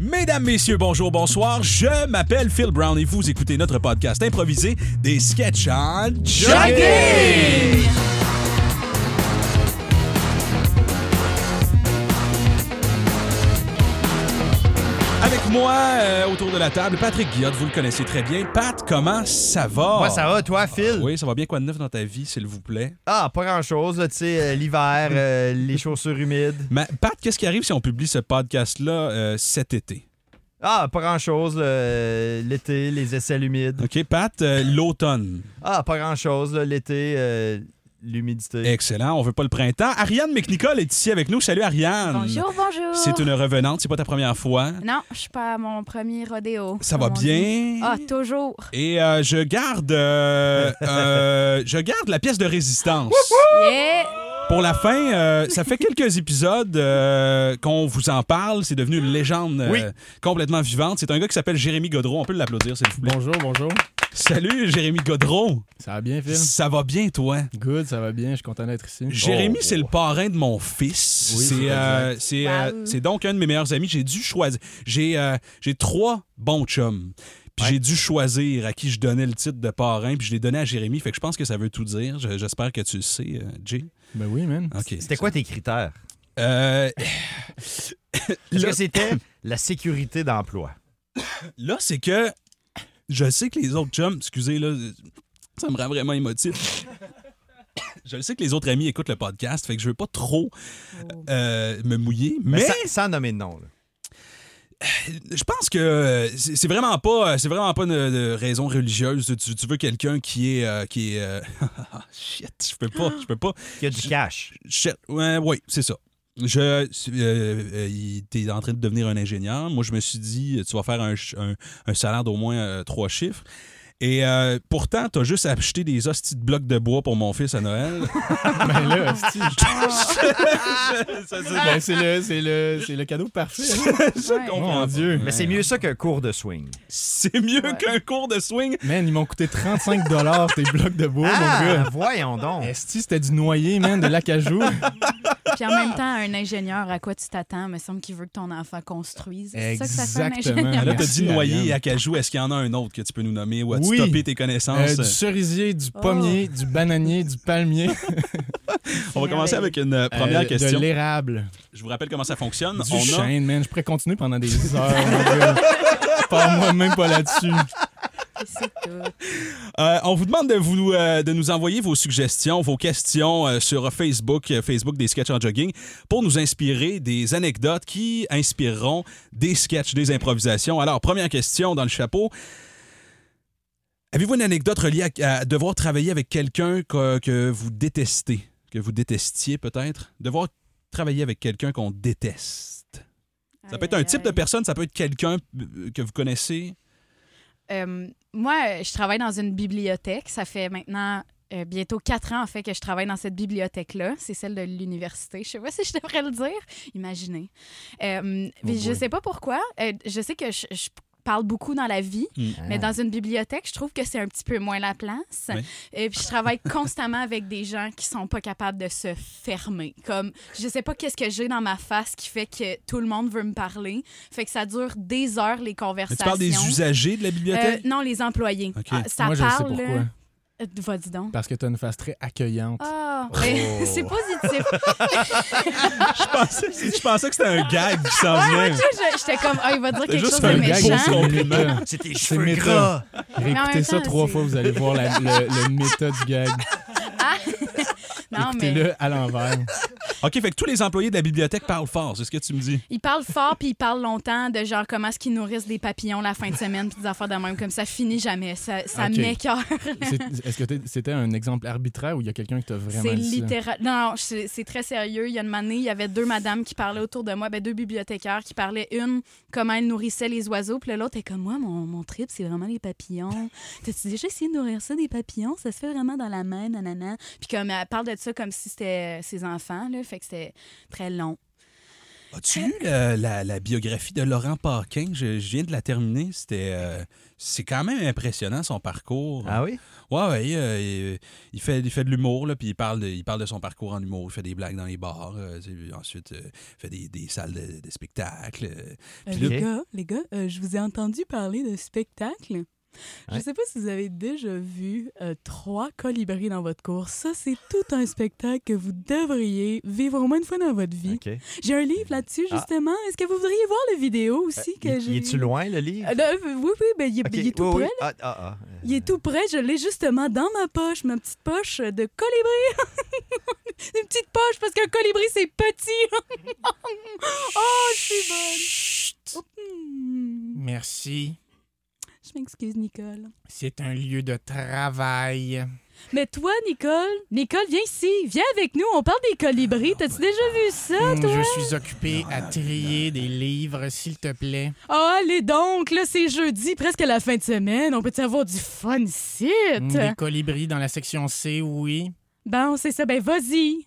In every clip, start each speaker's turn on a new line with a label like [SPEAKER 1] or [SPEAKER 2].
[SPEAKER 1] Mesdames, messieurs, bonjour, bonsoir. Je m'appelle Phil Brown et vous écoutez notre podcast improvisé des sketchs en jogging. Avec moi, euh, autour de la table, Patrick Guillotte, vous le connaissez très bien. Pat, comment ça va?
[SPEAKER 2] Moi, ça va, toi, Phil?
[SPEAKER 1] Oui, ça va bien quoi de neuf dans ta vie, s'il vous plaît?
[SPEAKER 2] Ah, pas grand-chose, là, tu sais, euh, l'hiver, euh, les chaussures humides.
[SPEAKER 1] Mais Pat, qu'est-ce qui arrive si on publie ce podcast-là euh, cet été?
[SPEAKER 2] Ah, pas grand-chose, là, euh, l'été, les aisselles humides.
[SPEAKER 1] OK, Pat, euh, l'automne.
[SPEAKER 2] Ah, pas grand-chose, là, l'été, euh, l'humidité.
[SPEAKER 1] Excellent, on veut pas le printemps. Ariane McNicol est ici avec nous. Salut Ariane.
[SPEAKER 3] Bonjour, bonjour.
[SPEAKER 1] Euh, C'est une revenante, c'est pas ta première fois.
[SPEAKER 3] Non, je suis pas à mon premier rodéo.
[SPEAKER 1] Ça va
[SPEAKER 3] comme on dit.
[SPEAKER 1] bien.
[SPEAKER 3] Oh Ah, toujours.
[SPEAKER 1] Et euh, je garde euh, euh, je garde la pièce de résistance.
[SPEAKER 3] Yeah.
[SPEAKER 1] Pour la fin, euh, ça fait quelques épisodes euh, qu'on vous en parle. C'est devenu une légende euh,
[SPEAKER 2] Oui.
[SPEAKER 1] complètement vivante. C'est un gars qui s'appelle Jérémy Godreau. On peut l'applaudir, s'il vous plaît.
[SPEAKER 4] Bonjour, bonjour.
[SPEAKER 1] Salut, Jérémy Godreau.
[SPEAKER 4] Ça va bien, Phil?
[SPEAKER 1] Ça va bien, toi?
[SPEAKER 4] Good, ça va bien, je suis content d'être ici.
[SPEAKER 1] Jérémy,
[SPEAKER 4] Oh.
[SPEAKER 1] c'est le parrain de mon fils.
[SPEAKER 4] Oui,
[SPEAKER 1] c'est
[SPEAKER 4] c'est
[SPEAKER 1] euh, c'est, euh,
[SPEAKER 3] Wow.
[SPEAKER 1] c'est donc un de mes meilleurs amis. J'ai dû choisir. J'ai euh, j'ai trois bons chums. Puis
[SPEAKER 2] Ouais.
[SPEAKER 1] j'ai dû choisir à qui je donnais le titre de parrain. Puis je l'ai donné à Jérémy. Fait que je pense que ça veut tout dire. Je- J'espère que tu le sais, euh, Jay.
[SPEAKER 4] Ben oui, man.
[SPEAKER 1] OK.
[SPEAKER 2] C'était quoi tes critères?
[SPEAKER 1] Euh,
[SPEAKER 2] Est-ce
[SPEAKER 1] Là-
[SPEAKER 2] que c'était la sécurité d'emploi?
[SPEAKER 1] là, c'est que je sais que les autres chums, excusez, là, ça me rend vraiment émotif. Je le sais que les autres amis écoutent le podcast, fait que je veux pas trop euh, me mouiller, mais,
[SPEAKER 2] Sans, sans nommer de nom, là.
[SPEAKER 1] je pense que euh, c'est c'est vraiment pas euh, c'est vraiment pas une, une raison religieuse. Tu, tu veux quelqu'un qui est euh, qui est euh, shit, je peux pas, je peux pas.
[SPEAKER 2] Il y a du cash.
[SPEAKER 1] Shit, ouais, ouais, c'est ça. Je, euh, euh, il- t'es en train de devenir un ingénieur. Moi, je me suis dit, euh, tu vas faire un, ch- un- un salaire d'au moins euh, trois chiffres. Et euh, pourtant, t'as juste acheté des hosties de blocs de bois pour mon fils à Noël.
[SPEAKER 4] Ben là, hostie,
[SPEAKER 1] Ça, c'est-
[SPEAKER 4] ben c'est le, c'est le, c'est le cadeau parfait. hein.
[SPEAKER 3] Ouais.
[SPEAKER 1] comprends
[SPEAKER 4] Mon Dieu.
[SPEAKER 2] Mais c'est mieux ça qu'un cours de swing.
[SPEAKER 1] c'est mieux
[SPEAKER 3] Ouais.
[SPEAKER 1] qu'un cours de swing.
[SPEAKER 4] Man, ils m'ont coûté 35 tes blocs de
[SPEAKER 1] Oh,
[SPEAKER 4] bois,
[SPEAKER 2] ah,
[SPEAKER 4] mon
[SPEAKER 2] voyons donc.
[SPEAKER 4] gars. Esti, c'était du noyer, man, de l'acajou.
[SPEAKER 3] Puis en même temps, un ingénieur, à quoi tu t'attends? Me semble qu'il veut que ton enfant construise. C'est ça que ça fait un
[SPEAKER 4] Exactement.
[SPEAKER 3] ingénieur.
[SPEAKER 1] Là, t'as
[SPEAKER 4] Merci,
[SPEAKER 1] dit noyer
[SPEAKER 4] Ariane.
[SPEAKER 1] et acajou. Est-ce qu'il y en a un autre que tu peux nous nommer ou as-tu
[SPEAKER 4] Oui.
[SPEAKER 1] topé tes connaissances?
[SPEAKER 4] Euh, du cerisier, du
[SPEAKER 3] Oh.
[SPEAKER 4] pommier, du bananier, du palmier.
[SPEAKER 1] On va commencer avec une euh,
[SPEAKER 4] euh,
[SPEAKER 1] première question.
[SPEAKER 4] De l'érable.
[SPEAKER 1] Je vous rappelle comment ça fonctionne.
[SPEAKER 4] Du
[SPEAKER 1] On a-
[SPEAKER 4] chêne, man. Je pourrais continuer pendant des heures, mon gars. Parle-moi même pas là-dessus.
[SPEAKER 3] C'est tout.
[SPEAKER 1] Euh, on vous demande de, vous, euh, de nous envoyer vos suggestions, vos questions euh, sur Facebook, euh, Facebook des sketchs en jogging, pour nous inspirer des anecdotes qui inspireront des sketchs, des improvisations. Alors, première question dans le chapeau. Avez-vous une anecdote reliée à, à devoir travailler avec quelqu'un que, que vous détestez, que vous détestiez peut-être? Devoir travailler avec quelqu'un qu'on déteste. Ça peut être un type de personne, ça peut être quelqu'un euh, que vous connaissez.
[SPEAKER 3] Euh, moi, je travaille dans une bibliothèque. Ça fait maintenant euh, bientôt quatre ans, en fait, que je travaille dans cette bibliothèque-là. C'est celle de l'université. Je sais pas si je devrais le dire. Imaginez. Euh,
[SPEAKER 1] Oh
[SPEAKER 3] mais
[SPEAKER 4] boy.
[SPEAKER 3] je sais pas pourquoi. Euh, je sais que je, je parle beaucoup dans la vie,
[SPEAKER 1] Mm.
[SPEAKER 3] mais dans une bibliothèque, je trouve que c'est un petit peu moins la place.
[SPEAKER 1] Oui.
[SPEAKER 3] Et puis, je travaille constamment avec des gens qui sont pas capables de se fermer. Comme, je sais pas qu'est-ce que j'ai dans ma face qui fait que tout le monde veut me parler. Fait que ça dure des heures, les
[SPEAKER 1] Tu
[SPEAKER 3] conversations.
[SPEAKER 1] parles des usagers de la bibliothèque?
[SPEAKER 3] Euh, non, les employés.
[SPEAKER 1] Ok.
[SPEAKER 3] Ah, ça
[SPEAKER 4] Moi, je le sais
[SPEAKER 3] parle.
[SPEAKER 4] pourquoi. Bah,
[SPEAKER 3] euh, va, dis donc.
[SPEAKER 4] Parce que t'as une face très accueillante.
[SPEAKER 3] Ah,
[SPEAKER 4] oh.
[SPEAKER 3] ben, c'est positif.
[SPEAKER 1] Je pensais, je pensais que c'était un gag qui s'en venait.
[SPEAKER 3] Tu sais, je- J'étais comme, ah, il va dire quelque
[SPEAKER 1] juste
[SPEAKER 3] chose
[SPEAKER 1] fait un
[SPEAKER 3] de
[SPEAKER 1] gag
[SPEAKER 3] méchant.
[SPEAKER 1] pour son- compliment.
[SPEAKER 2] C'est tes
[SPEAKER 4] C'est
[SPEAKER 2] cheveux
[SPEAKER 4] méta.
[SPEAKER 2] gras.
[SPEAKER 3] Mais en
[SPEAKER 4] Réécoutez
[SPEAKER 3] même
[SPEAKER 4] ça
[SPEAKER 3] temps,
[SPEAKER 4] trois
[SPEAKER 3] c'est-
[SPEAKER 4] fois, vous allez voir la- le, le méta du gag.
[SPEAKER 3] Non, mais
[SPEAKER 4] Écoutez-le à l'envers.
[SPEAKER 1] OK, fait que tous les employés de la bibliothèque parlent fort, c'est ce que tu me dis.
[SPEAKER 3] il parle fort puis il parle longtemps de genre comment est-ce qu'ils nourrissent des papillons la fin de semaine puis des affaires de même. Comme ça finit jamais. Ça, ça
[SPEAKER 4] Ok.
[SPEAKER 3] m'écoeure.
[SPEAKER 4] C'est- Est-ce que t'es- c'était un exemple arbitraire ou il y a quelqu'un qui t'a vraiment
[SPEAKER 3] C'est
[SPEAKER 4] dit ça?
[SPEAKER 3] littéral. Non, non, c'est c'est très sérieux. Il y a une année, il y avait deux madames qui parlaient autour de moi, ben, deux bibliothécaires qui parlaient. Une, comment elles nourrissaient les oiseaux, puis l'autre est comme moi, mon, mon trip, c'est vraiment les papillons. T'as-tu déjà essayé de nourrir ça, des papillons? Ça se fait vraiment dans la main, nanana. Puis comme elle parle de ça comme si c'était ses enfants, là, fait que c'était très long.
[SPEAKER 1] As-tu lu la, la- la biographie de Laurent Paquin? Je, je viens de la terminer. C'était, euh, c'est quand même impressionnant son parcours.
[SPEAKER 2] Ah oui?
[SPEAKER 1] Ouais, ouais, euh, il, il fait, il fait de l'humour, là, puis il parle, de, il parle de son parcours en humour. Il fait des blagues dans les bars. euh, tu sais, puis ensuite, euh, il fait des, des salles de, de spectacle. euh.
[SPEAKER 3] Euh,
[SPEAKER 1] Puis
[SPEAKER 2] là-
[SPEAKER 3] Les gars, les gars euh, je vous ai entendu parler de spectacle. Je
[SPEAKER 2] Ouais.
[SPEAKER 3] ne sais pas si vous avez déjà vu euh, trois colibris dans votre cours. Ça, c'est tout un spectacle que vous devriez vivre au moins une fois dans votre vie.
[SPEAKER 2] OK.
[SPEAKER 3] J'ai un livre là-dessus,
[SPEAKER 2] Ah.
[SPEAKER 3] justement. Est-ce que vous voudriez voir la vidéo aussi que
[SPEAKER 2] Il-
[SPEAKER 3] j'ai
[SPEAKER 2] il Euh, est-tu loin, le livre?
[SPEAKER 3] Euh, non, oui, oui, ben, il, est-
[SPEAKER 2] Ok,
[SPEAKER 3] il est tout
[SPEAKER 2] oui,
[SPEAKER 3] prêt.
[SPEAKER 2] oui. Ah, ah, ah.
[SPEAKER 3] Il est tout prêt, je l'ai justement dans ma poche, ma petite poche de colibri. Une petite poche parce qu'un colibri c'est petit. oh, c'est bonne.
[SPEAKER 5] Chut.
[SPEAKER 3] Hmm.
[SPEAKER 5] Merci.
[SPEAKER 3] Je m'excuse, Nicole.
[SPEAKER 5] C'est un lieu de travail.
[SPEAKER 3] Mais toi, Nicole, Nicole, viens ici, viens avec nous, on parle des colibris. T'as-tu déjà vu ça,
[SPEAKER 5] Mm,
[SPEAKER 3] toi?
[SPEAKER 5] Je suis occupé à trier des livres, s'il te plaît.
[SPEAKER 3] Ah, allez donc, là, c'est jeudi, presque la fin de semaine. On peut-tu avoir du fun ici?
[SPEAKER 5] Mm, Des colibris dans la section C, oui.
[SPEAKER 3] Bon, c'est ça, ben vas-y.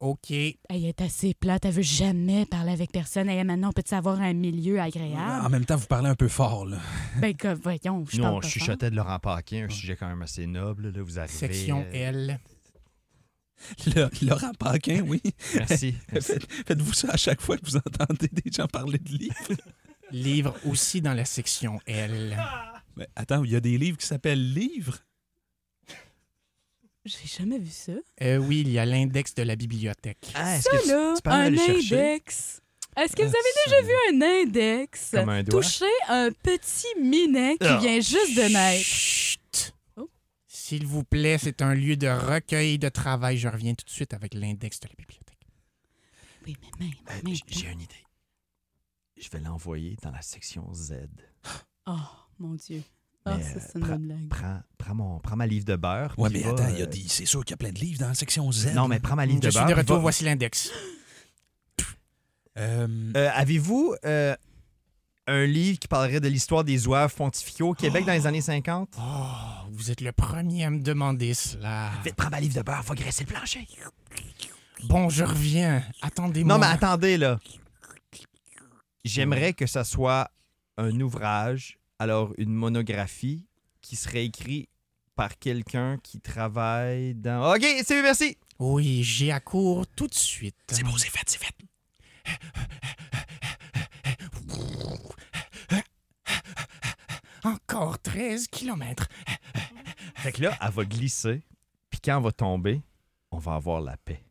[SPEAKER 5] OK.
[SPEAKER 3] Elle est assez plate, elle veut jamais parler avec personne. Elle, maintenant, on peut savoir un milieu
[SPEAKER 1] En
[SPEAKER 2] Ah.
[SPEAKER 3] agréable.
[SPEAKER 1] même temps, vous parlez un peu fort, là.
[SPEAKER 3] ben, que, voyons, je
[SPEAKER 2] Nous,
[SPEAKER 3] parle
[SPEAKER 2] on
[SPEAKER 3] pas fort.
[SPEAKER 2] chuchotait de Laurent Paquin, un sujet quand même assez noble. Là, vous arrivez.
[SPEAKER 5] Section
[SPEAKER 2] euh,
[SPEAKER 5] L.
[SPEAKER 1] Le- Laurent Paquin, oui.
[SPEAKER 2] Merci. merci.
[SPEAKER 1] Faites- Faites-vous ça à chaque fois que vous entendez des gens parler de livres.
[SPEAKER 5] Livres aussi dans la section L.
[SPEAKER 1] Mais attends, il y a des livres qui s'appellent livres.
[SPEAKER 3] J'ai jamais vu ça.
[SPEAKER 5] Euh, oui, il y a l'index de la bibliothèque.
[SPEAKER 2] Ah, est-ce
[SPEAKER 3] Ça,
[SPEAKER 2] que tu-
[SPEAKER 3] là,
[SPEAKER 2] tu peux
[SPEAKER 3] un
[SPEAKER 2] aller chercher? Ah,
[SPEAKER 3] index. Est-ce que vous avez déjà vu un index
[SPEAKER 2] Comme un doigt.
[SPEAKER 3] toucher un petit minet qui
[SPEAKER 2] Ah.
[SPEAKER 3] vient juste de naître?
[SPEAKER 5] Chut!
[SPEAKER 3] Oh.
[SPEAKER 5] S'il vous plaît, c'est un lieu de recueil de travail. Je reviens tout de suite avec l'index de la bibliothèque.
[SPEAKER 3] Oui, mais même,
[SPEAKER 2] Euh, j- J'ai une idée. Je vais l'envoyer dans la section Z.
[SPEAKER 3] Oh, mon Dieu. Oh,
[SPEAKER 2] Mais,
[SPEAKER 3] ça,
[SPEAKER 2] euh,
[SPEAKER 3] c'est une bonne blague.
[SPEAKER 2] Prends, prends, mon, prends ma livre de beurre.
[SPEAKER 1] Ouais,
[SPEAKER 2] puis
[SPEAKER 1] mais
[SPEAKER 2] va,
[SPEAKER 1] attends, il y a
[SPEAKER 2] euh,
[SPEAKER 1] des- c'est sûr qu'il y a plein de livres dans la section Z.
[SPEAKER 2] Non, mais prends ma livre
[SPEAKER 5] Je
[SPEAKER 2] de
[SPEAKER 5] suis
[SPEAKER 2] beurre.
[SPEAKER 5] de
[SPEAKER 2] puis
[SPEAKER 5] retour,
[SPEAKER 2] va-
[SPEAKER 5] voici l'index.
[SPEAKER 1] Euh,
[SPEAKER 2] Euh, Avez-vous euh, un livre qui parlerait de l'histoire des zouaves pontificaux au Québec dans les années 50?
[SPEAKER 5] Oh, vous êtes le premier à me demander cela.
[SPEAKER 2] Vite, prends ma livre de beurre, va graisser le plancher.
[SPEAKER 5] Bon, je reviens. Attendez-moi.
[SPEAKER 2] Non, mais attendez, là. J'aimerais que ça soit un ouvrage, alors une monographie, qui serait écrit par quelqu'un qui travaille dans... OK, c'est merci!
[SPEAKER 5] Oui, j'ai à court tout de suite.
[SPEAKER 1] c'est bon, c'est fait, c'est fait.
[SPEAKER 5] Encore 13 kilomètres.
[SPEAKER 2] Fait que là, elle va glisser, puis quand elle va tomber, on va avoir la paix.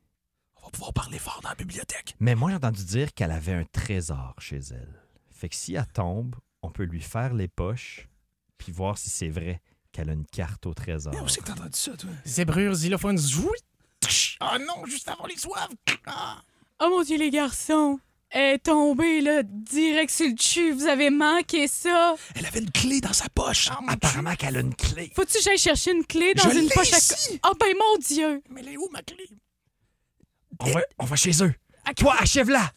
[SPEAKER 1] On va pouvoir parler fort dans la bibliothèque.
[SPEAKER 2] Mais moi, j'ai entendu dire qu'elle avait un trésor chez elle. Fait que si elle tombe, on peut lui faire les poches, puis voir si c'est vrai qu'elle a une carte au trésor.
[SPEAKER 1] Mais où c'est que t'as entendu ça, toi?
[SPEAKER 5] Zébrure, xylophone, zoui. Ah non, juste avant les soives. Ah.
[SPEAKER 3] Oh mon Dieu, les garçons! Elle est tombée, là, direct sur le cul. Vous avez manqué ça.
[SPEAKER 1] Elle avait une clé dans sa poche.
[SPEAKER 5] Ah, mon
[SPEAKER 2] Apparemment qu'elle a une clé.
[SPEAKER 3] Faut-tu que j'aille chercher une clé dans
[SPEAKER 1] Je
[SPEAKER 3] une
[SPEAKER 1] l'ai
[SPEAKER 3] poche à...
[SPEAKER 1] ici.
[SPEAKER 3] Oh ben mon Dieu!
[SPEAKER 5] Mais elle est où ma clé?
[SPEAKER 2] On va, on va chez eux.
[SPEAKER 3] À-
[SPEAKER 2] Toi, achève-la.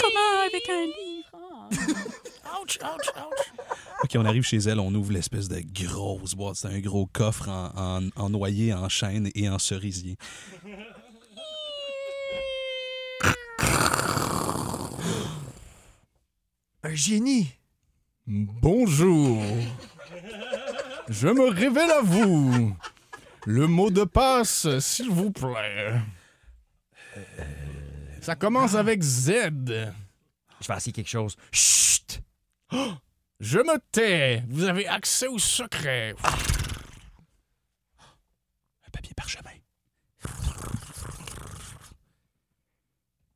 [SPEAKER 3] Comment avec un livre? Ah.
[SPEAKER 5] Ouch, ouch, ouch.
[SPEAKER 1] OK, on arrive chez elle, on ouvre l'espèce de grosse boîte. C'est un gros coffre en, en- en noyer, en chêne et en cerisier.
[SPEAKER 2] Un génie.
[SPEAKER 5] Bonjour. Je me révèle à vous. Le mot de passe, s'il vous plaît. Ça commence avec Z.
[SPEAKER 2] Je vais essayer quelque chose. Chut.
[SPEAKER 5] Je me tais. Vous avez accès au secret.
[SPEAKER 1] Un papier parchemin.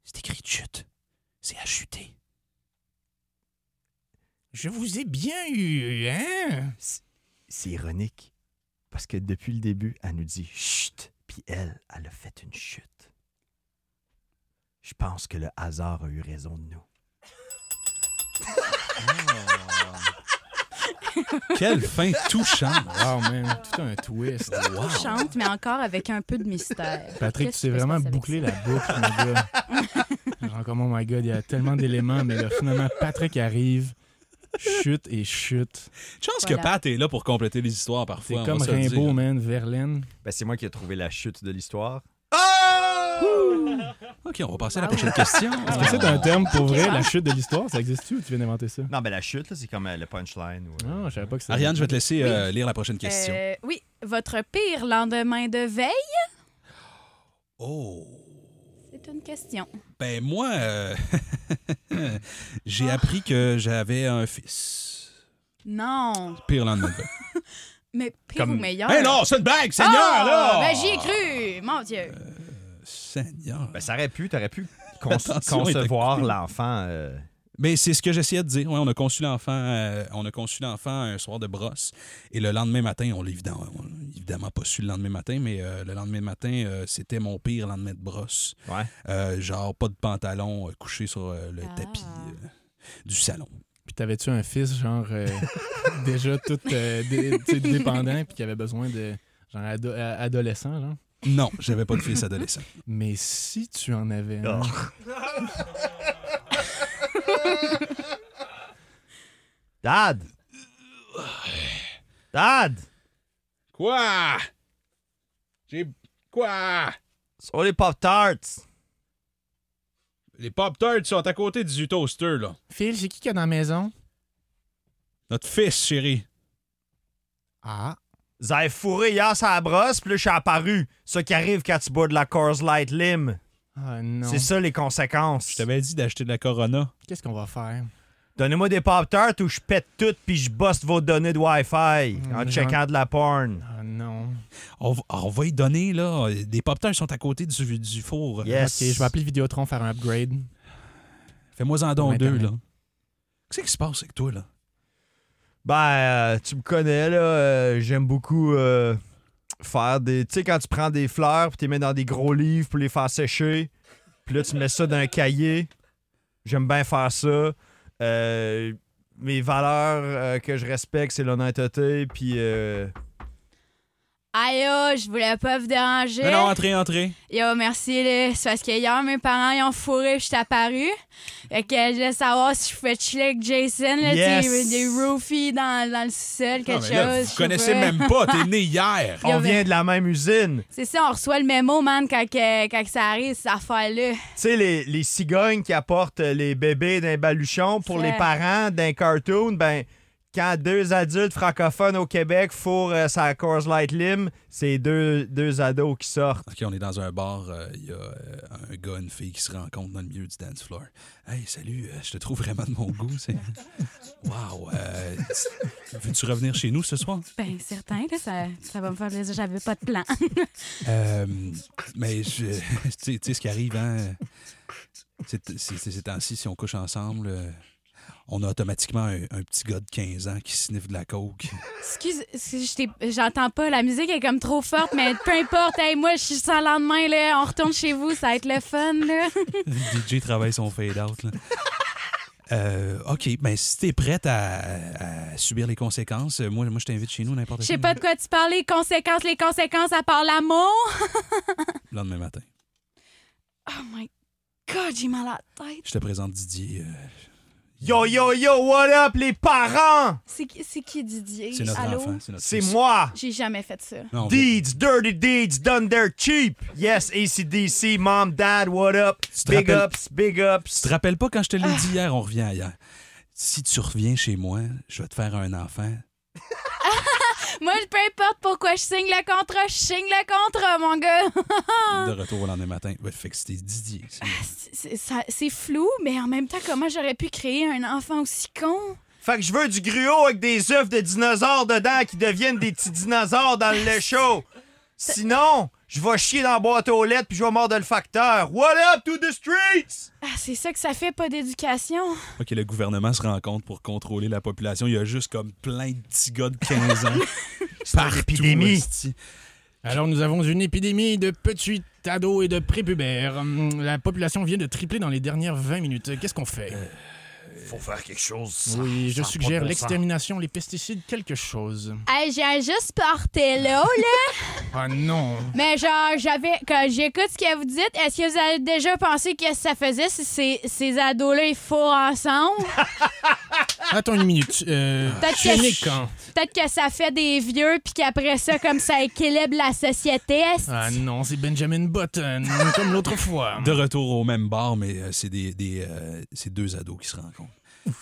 [SPEAKER 1] C'est écrit chute. C'est à chuter.
[SPEAKER 5] Je vous ai bien eu, hein?
[SPEAKER 2] C'est ironique parce que depuis le début, elle nous dit chut, puis elle, elle a fait une chute. Je pense que le hasard a eu raison de nous.
[SPEAKER 1] Quelle fin touchante.
[SPEAKER 4] Ah,
[SPEAKER 5] Wow, man, tout un twist.
[SPEAKER 1] Wow.
[SPEAKER 3] Chante, mais encore avec un peu de mystère.
[SPEAKER 5] Patrick, tu
[SPEAKER 3] Qu'est-ce
[SPEAKER 5] sais
[SPEAKER 3] qui peut se
[SPEAKER 5] vraiment
[SPEAKER 3] passer avec
[SPEAKER 5] boucler
[SPEAKER 3] ça?
[SPEAKER 5] la boucle, mon gars. Genre, comme, oh my god, il y a tellement d'éléments, mais là, finalement, Patrick arrive, chute et chute.
[SPEAKER 1] Chance que
[SPEAKER 3] Voilà.
[SPEAKER 1] Pat est là pour compléter les histoires
[SPEAKER 5] C'est
[SPEAKER 1] parfois. on
[SPEAKER 5] comme
[SPEAKER 1] va se le
[SPEAKER 5] Rimbaud,
[SPEAKER 1] dire.
[SPEAKER 5] man, Verlaine.
[SPEAKER 2] Ben, c'est moi qui ai trouvé la chute de l'histoire.
[SPEAKER 1] OK, on va passer à la prochaine question.
[SPEAKER 4] Est-ce
[SPEAKER 3] Ah.
[SPEAKER 4] que c'est un terme pour vrai, la chute de l'histoire? Ça existe-tu ou tu viens d'inventer ça?
[SPEAKER 2] Non, mais la chute, là, c'est comme euh, le punchline. Ou, euh,
[SPEAKER 4] Non, je savais pas que ça.
[SPEAKER 1] Ariane, je vais te laisser euh, lire la prochaine question.
[SPEAKER 3] Euh, oui, votre pire lendemain de veille?
[SPEAKER 1] Oh!
[SPEAKER 3] C'est une question.
[SPEAKER 1] Ben moi, euh, j'ai appris que j'avais un fils.
[SPEAKER 3] Non.
[SPEAKER 1] Pire lendemain de veille.
[SPEAKER 3] Mais pire
[SPEAKER 4] Comme-
[SPEAKER 3] ou meilleur?
[SPEAKER 1] Hey non, c'est une blague, Seigneur,
[SPEAKER 3] Ah!
[SPEAKER 1] là!
[SPEAKER 3] Ben j'y ai cru, mon Dieu.
[SPEAKER 1] Seigneur.
[SPEAKER 2] Ben, ça aurait pu, t'aurais pu con-
[SPEAKER 1] Attention,
[SPEAKER 2] concevoir
[SPEAKER 1] il était coupé.
[SPEAKER 2] l'enfant. euh,
[SPEAKER 1] Mais Ben, c'est ce que j'essayais de dire. Ouais, on a conçu l'enfant, euh, on a conçu l'enfant un soir de brosse, et le lendemain matin, on l'a évidemment, on l'a évidemment pas su le lendemain matin, mais euh, le lendemain matin, euh, c'était mon pire lendemain de brosse.
[SPEAKER 2] Ouais.
[SPEAKER 1] Euh, genre pas de pantalon, euh, couché sur euh, le
[SPEAKER 3] Ah.
[SPEAKER 1] tapis euh, du salon.
[SPEAKER 4] Puis t'avais-tu un fils, genre, euh, déjà tout euh, dé- tu sais, dépendant, puis qui avait besoin de. genre, ado- a- adolescent, genre?
[SPEAKER 1] Non, j'avais pas de fils adolescent.
[SPEAKER 4] Mais si tu en avais
[SPEAKER 1] Ah.
[SPEAKER 4] un.
[SPEAKER 2] Oh. Dad! Dad!
[SPEAKER 1] Quoi? J'ai. Quoi?
[SPEAKER 2] Sur les Pop-Tarts!
[SPEAKER 1] Les Pop-Tarts sont à côté du toaster, là.
[SPEAKER 4] Phil, c'est qui qui est dans la maison?
[SPEAKER 1] Notre fils, chérie.
[SPEAKER 4] Ah.
[SPEAKER 2] Vous avez fourré hier sur la brosse, puis là, je suis apparu. Ce qui arrive quand tu bois de la Coors Light Lime.
[SPEAKER 4] Ah non.
[SPEAKER 2] C'est ça les conséquences.
[SPEAKER 1] Je t'avais dit d'acheter de la Corona.
[SPEAKER 4] Qu'est-ce qu'on va faire?
[SPEAKER 2] Donnez-moi des Pop-Tarts ou je pète tout puis je bosse vos données de Wi-Fi
[SPEAKER 1] Hum,
[SPEAKER 4] Mm,
[SPEAKER 2] en
[SPEAKER 4] j'en-
[SPEAKER 2] checkant de la porn.
[SPEAKER 4] Ah non.
[SPEAKER 1] On, va- on va y donner, là. Des Pop-Tarts sont à côté du, du four.
[SPEAKER 2] Yes.
[SPEAKER 4] Ok, je vais appeler Vidéotron faire un upgrade.
[SPEAKER 1] Fais-moi en don
[SPEAKER 4] Ouais,
[SPEAKER 1] deux,
[SPEAKER 4] Internet.
[SPEAKER 1] là. Qu'est-ce qui se passe avec toi, là?
[SPEAKER 2] Ben, euh, tu me connais, là. euh, J'aime beaucoup euh, faire des. Tu sais, quand tu prends des fleurs puis tu les mets dans des gros livres pour les faire sécher, puis là, tu mets ça dans un cahier. J'aime bien faire ça. Euh, mes valeurs euh, que je respecte, c'est l'honnêteté, puis. euh,
[SPEAKER 3] Aïe, oh, je voulais pas vous déranger.
[SPEAKER 1] Non, non, entrez, entrez.
[SPEAKER 3] Yo, merci, là. C'est parce que hier, mes parents, ils ont fourré, puis je suis apparue. Fait que je voulais savoir si je pouvais chiller avec Jason, là,
[SPEAKER 2] Yes.
[SPEAKER 3] tu sais, des roofies dans, dans le sous-sol, quelque chose.
[SPEAKER 1] vous
[SPEAKER 3] je
[SPEAKER 1] connaissez
[SPEAKER 3] sais pas.
[SPEAKER 1] même pas, t'es né hier.
[SPEAKER 3] Il y
[SPEAKER 2] on
[SPEAKER 3] avait-
[SPEAKER 2] vient de la même usine.
[SPEAKER 3] C'est ça, on reçoit le mémo, man, quand, que- quand que ça arrive, cette affaire-là.
[SPEAKER 2] Tu sais, les, les cigognes qui apportent les bébés d'un baluchon pour les
[SPEAKER 3] Ouais.
[SPEAKER 2] parents d'un cartoon, ben, quand deux adultes francophones au Québec fourrent euh, sa Coors Light Lime, c'est deux, deux ados qui sortent.
[SPEAKER 1] OK, on est dans un bar, euh, il y a euh, un gars, une fille qui se rencontrent dans le milieu du dance floor. Hey, salut, euh, je te trouve vraiment de mon goût. C'est... Wow, euh, tu- veux-tu revenir chez nous ce soir?
[SPEAKER 3] Ben, certain, là, ça, ça va me faire plaisir. J'avais pas de plan.
[SPEAKER 1] Euh, mais je, tu sais- tu sais ce qui arrive, hein? C'est- c'est- c'est- Ces temps-ci, si on couche ensemble, euh, on a automatiquement un, un petit gars de 15 ans qui sniffe de la coke.
[SPEAKER 3] Excuse, excuse, je t'ai- j'entends pas, la musique est comme trop forte, mais peu importe. Hey, moi, je suis sans lendemain, là. On retourne chez vous, ça va être le fun, là.
[SPEAKER 1] DJ travaille son fade-out. là. Euh, OK, mais si t'es prête à, à subir les conséquences, euh, moi, moi je t'invite chez nous n'importe
[SPEAKER 3] Je
[SPEAKER 1] quand.
[SPEAKER 3] sais pas de quoi tu parles, les conséquences, les conséquences à part l'amour.
[SPEAKER 1] Le lendemain matin.
[SPEAKER 3] Oh my God, j'ai mal à la tête.
[SPEAKER 1] Je te présente Didier. euh,
[SPEAKER 2] Yo, yo, yo, what up, les parents?
[SPEAKER 3] C'est qui, c'est qui Didier?
[SPEAKER 1] c'est notre
[SPEAKER 3] Allô?
[SPEAKER 1] enfant. C'est, notre
[SPEAKER 2] C'est
[SPEAKER 1] fils.
[SPEAKER 2] moi!
[SPEAKER 3] J'ai jamais fait ça.
[SPEAKER 1] Non, on vient-
[SPEAKER 2] Deeds, dirty deeds, done their cheap! Yes, ACDC, mom, dad, what up?
[SPEAKER 1] Tu te
[SPEAKER 2] Big
[SPEAKER 1] rappelles-
[SPEAKER 2] ups, big ups.
[SPEAKER 1] Tu te rappelles pas quand je te
[SPEAKER 3] Ah.
[SPEAKER 1] l'ai dit hier, on revient à hier. Si tu reviens chez moi, je vais te faire un enfant.
[SPEAKER 3] Moi, peu importe pourquoi je signe le contrat, je signe le contrat, mon gars.
[SPEAKER 1] de retour au lendemain matin. Ouais, fait que c'était Didier. c'est-
[SPEAKER 3] Ah, C'est- c'est- ça- C'est flou, mais en même temps, comment j'aurais pu créer un enfant aussi con?
[SPEAKER 2] Fait que je veux du gruau avec des œufs de dinosaures dedans qui deviennent des petits dinosaures dans le lait chaud. Sinon, je vais chier dans la boîte aux lettres puis je vais mordre le facteur. What up to the streets?
[SPEAKER 3] Ah, c'est ça que ça fait, pas d'éducation.
[SPEAKER 1] Ok, le gouvernement se rencontre pour contrôler la population. Il y a juste comme plein de petits gars de 15 ans. Par
[SPEAKER 2] l'épidémie.
[SPEAKER 4] Alors nous avons une épidémie de petits ados et de prépubères. Hum, La population vient de tripler dans les dernières 20 minutes. Qu'est-ce qu'on fait?
[SPEAKER 6] Euh, Faut faire quelque chose.
[SPEAKER 5] Oui, je
[SPEAKER 6] ça a pas de
[SPEAKER 5] suggère
[SPEAKER 6] bon
[SPEAKER 5] l'extermination, les pesticides, quelque chose.
[SPEAKER 3] Hey, j'ai juste porté là, là.
[SPEAKER 5] Ah non!
[SPEAKER 3] Mais genre, j'avais. Quand j'écoute ce que vous dites, est-ce que vous avez déjà pensé qu'est-ce que ça faisait si ces, ces ados-là, ils fourrent ensemble?
[SPEAKER 5] Attends une minute. Euh,
[SPEAKER 3] Peut-être que-
[SPEAKER 5] Chenille, quand?
[SPEAKER 3] Peut-être que ça fait des vieux, puis qu'après ça, comme ça équilibre la société. est-ce?
[SPEAKER 5] Ah non, c'est Benjamin Button, comme l'autre fois.
[SPEAKER 1] De retour au même bar, mais euh, c'est des, des, euh, c'est deux ados qui se rencontrent.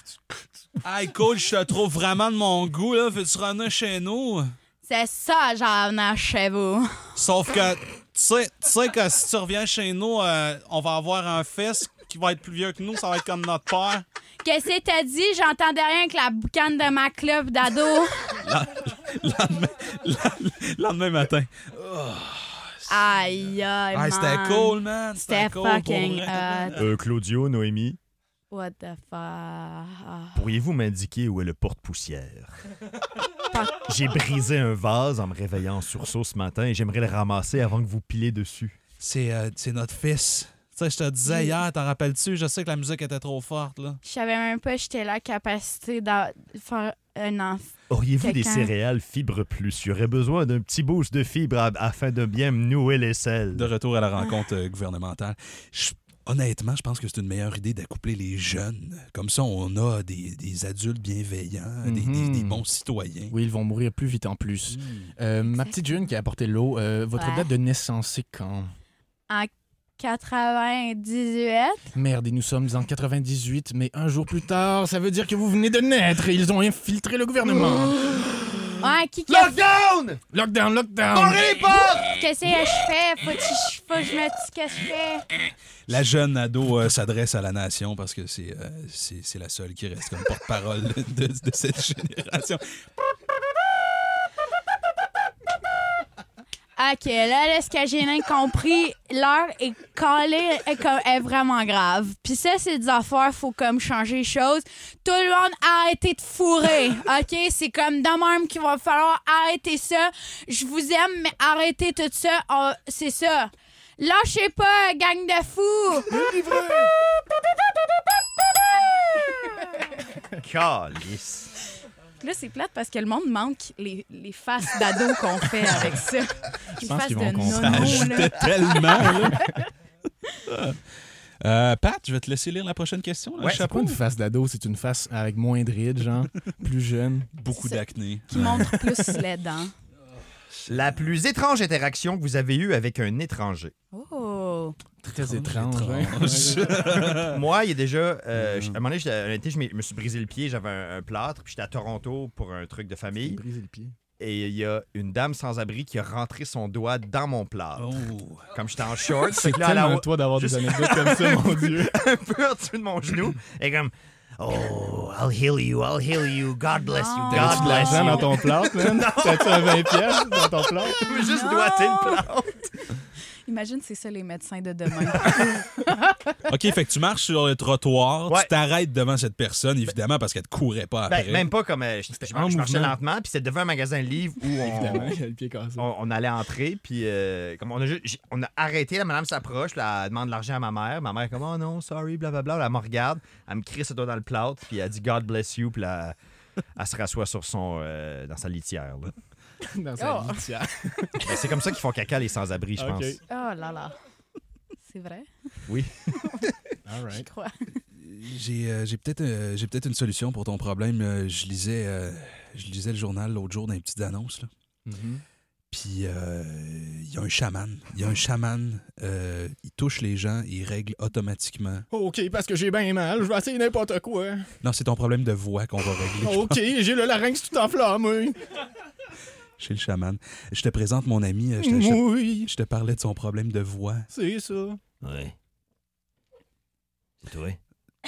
[SPEAKER 1] hey, coach, je te trouve vraiment de mon goût, là. Veux-tu ramener chez nous?
[SPEAKER 3] C'est ça, genre, non, chez vous.
[SPEAKER 1] Sauf que, tu sais- tu sais que si tu reviens chez nous, euh, on va avoir un fils qui va être plus vieux que nous, ça va être comme notre père.
[SPEAKER 3] Qu'est-ce que t'as dit? J'entendais rien que la boucane de ma club d'ado.
[SPEAKER 1] Lendemain, lendemain matin.
[SPEAKER 3] Aïe, aïe,
[SPEAKER 1] Hey,
[SPEAKER 3] man.
[SPEAKER 1] c'était cool, man.
[SPEAKER 3] C'était
[SPEAKER 1] cool pour
[SPEAKER 3] fucking
[SPEAKER 1] vrai.
[SPEAKER 3] hot.
[SPEAKER 2] Euh, Claudio, Noémie,
[SPEAKER 3] What the fuck? Ah.
[SPEAKER 2] pourriez-vous m'indiquer où est le porte-poussière? J'ai brisé un vase en me réveillant en sursaut ce matin et j'aimerais le ramasser avant que vous pilez dessus.
[SPEAKER 1] C'est euh, c'est notre fils. Tu sais, je te disais hier, t'en rappelles-tu? Je sais que la musique était trop forte, là.
[SPEAKER 3] Je savais même pas que j'étais la capacité de faire un enfant.
[SPEAKER 2] Auriez-vous des
[SPEAKER 3] Quelqu'un.
[SPEAKER 2] céréales fibres plus? J'aurais besoin d'un petit boost de fibres à- afin de bien me nouer les selles.
[SPEAKER 1] De retour à la rencontre euh, gouvernementale. Je- honnêtement, je pense que c'est une meilleure idée d'accoupler les jeunes. Comme ça, on a des, des adultes bienveillants, des- des,
[SPEAKER 5] Mhm.
[SPEAKER 1] des bons citoyens.
[SPEAKER 5] Oui, ils vont mourir plus vite en plus. Euh, ma petite jeune qui a apporté l'eau, euh, votre
[SPEAKER 3] Ouais.
[SPEAKER 5] date de naissance, c'est quand?
[SPEAKER 3] En 98,
[SPEAKER 5] Merde, et nous sommes en 98, mais un jour plus tard, ça veut dire que vous venez de naître et ils ont infiltré le gouvernement.
[SPEAKER 3] ouais, qui que
[SPEAKER 2] Lockdown!
[SPEAKER 5] Lockdown, lockdown!
[SPEAKER 3] qu'est-ce que je fais? Faut que je, faut que je me dise que je fais.
[SPEAKER 1] La jeune ado euh, s'adresse à la nation parce que c'est euh, c'est c'est la seule qui reste comme porte-parole de, de cette génération.
[SPEAKER 3] Ok, là, là, ce que j'ai rien compris, l'heure est collée, est, comme- est vraiment grave. Puis ça, c'est des affaires, faut comme changer les choses. Tout le monde arrêtez de fourrer, ok? C'est comme de même qu'il va falloir arrêter ça. Je vous aime, mais arrêtez tout ça, On- c'est ça. Lâchez pas, gang de fous!
[SPEAKER 2] Calice.
[SPEAKER 7] Là, c'est plate parce que le monde manque les, les faces d'ados qu'on fait avec ça. Les
[SPEAKER 5] pense
[SPEAKER 7] faces
[SPEAKER 5] qu'ils
[SPEAKER 7] de
[SPEAKER 5] vont comprendre.
[SPEAKER 7] nono, là.
[SPEAKER 1] J'étais tellement. là. Euh, Pat, je vais te laisser lire la prochaine question. là,
[SPEAKER 5] Ouais, c'est pas
[SPEAKER 1] chapeau.
[SPEAKER 5] une face d'ado, c'est une face avec moins de rides, genre, plus jeune.
[SPEAKER 1] Beaucoup
[SPEAKER 7] C'est-
[SPEAKER 1] d'acné.
[SPEAKER 7] Qui montre plus les dents.
[SPEAKER 2] La plus étrange interaction que vous avez eue avec un étranger.
[SPEAKER 7] Oh!
[SPEAKER 5] Très étrange.
[SPEAKER 1] étrange.
[SPEAKER 5] hein.
[SPEAKER 2] Moi, il y a déjà. euh,
[SPEAKER 1] Mm.
[SPEAKER 2] j- À un moment donné, j'étais- un été, je m'ai- je me suis brisé le pied, j'avais un, un plâtre, puis j'étais à Toronto pour un truc de
[SPEAKER 5] Il
[SPEAKER 2] famille.
[SPEAKER 5] brisait le pied.
[SPEAKER 2] Et il y a une dame sans-abri qui a rentré son doigt dans mon plâtre.
[SPEAKER 1] Oh.
[SPEAKER 2] Comme j'étais en short,
[SPEAKER 5] C'est
[SPEAKER 2] fait que là, elle a-
[SPEAKER 5] tellement toi d'avoir des
[SPEAKER 2] Juste-
[SPEAKER 5] anecdotes comme ça, mon Dieu.
[SPEAKER 2] un peu en dessous de mon genou. Et comme. Oh, I'll heal you, I'll heal you, God bless you,
[SPEAKER 7] Non.
[SPEAKER 5] T'avais-tu
[SPEAKER 2] God
[SPEAKER 5] de
[SPEAKER 2] bless
[SPEAKER 5] l'argent
[SPEAKER 2] you.
[SPEAKER 5] dans ton plâtre, man? T'as-tu un 20 piastres dans ton plâtre?
[SPEAKER 2] Mais juste doigté le plâtre.
[SPEAKER 7] Imagine, c'est ça les médecins de demain.
[SPEAKER 1] OK, fait que tu marches sur le trottoir,
[SPEAKER 2] Ouais.
[SPEAKER 1] tu t'arrêtes devant cette personne, évidemment, parce qu'elle te courait pas après.
[SPEAKER 2] Ben, même pas comme. euh, je, je
[SPEAKER 5] Ah, en
[SPEAKER 2] marchais
[SPEAKER 5] mouvement.
[SPEAKER 2] lentement, puis c'était devant un magasin de livres où
[SPEAKER 5] Évidemment,
[SPEAKER 2] on,
[SPEAKER 5] il a le pied cassé.
[SPEAKER 2] on, on allait entrer, puis euh, comme on a, ju- j'ai- on a arrêté, la madame s'approche, là, elle demande de l'argent à ma mère. Ma mère est comme, oh non, sorry, blablabla. Elle me regarde, elle me crie ce doigt dans le plâtre, puis elle dit, God bless you, puis là, elle se rassoit sur son, euh, dans sa litière. là.
[SPEAKER 5] Dans sa
[SPEAKER 7] Oh.
[SPEAKER 5] litière.
[SPEAKER 2] Ben, c'est comme ça qu'ils font caca les sans-abri, je
[SPEAKER 5] Ok.
[SPEAKER 2] pense.
[SPEAKER 7] Oh là là. C'est vrai?
[SPEAKER 5] All
[SPEAKER 7] Je
[SPEAKER 5] right.
[SPEAKER 7] crois.
[SPEAKER 1] J'ai euh, j'ai peut-être euh, j'ai peut-être une solution pour ton problème. Euh, je, lisais, euh, je lisais le journal l'autre jour dans les petites annonces. là.
[SPEAKER 5] Mm-hmm.
[SPEAKER 1] Puis euh, il y a un chaman. Il y a un chaman. euh, il touche les gens, il règle automatiquement.
[SPEAKER 5] OK, parce que j'ai bien mal, je vais essayer n'importe quoi.
[SPEAKER 1] Non, c'est ton problème de voix qu'on va régler
[SPEAKER 2] Oh.
[SPEAKER 1] je
[SPEAKER 5] OK, j'ai le larynx tout enflammé.
[SPEAKER 1] pense, chez le chaman. Je te présente mon ami. euh, Je te, je te-
[SPEAKER 5] Oui,
[SPEAKER 1] je te parlais de son problème de voix.
[SPEAKER 5] c'est ça.
[SPEAKER 2] Ouais. C'est toi.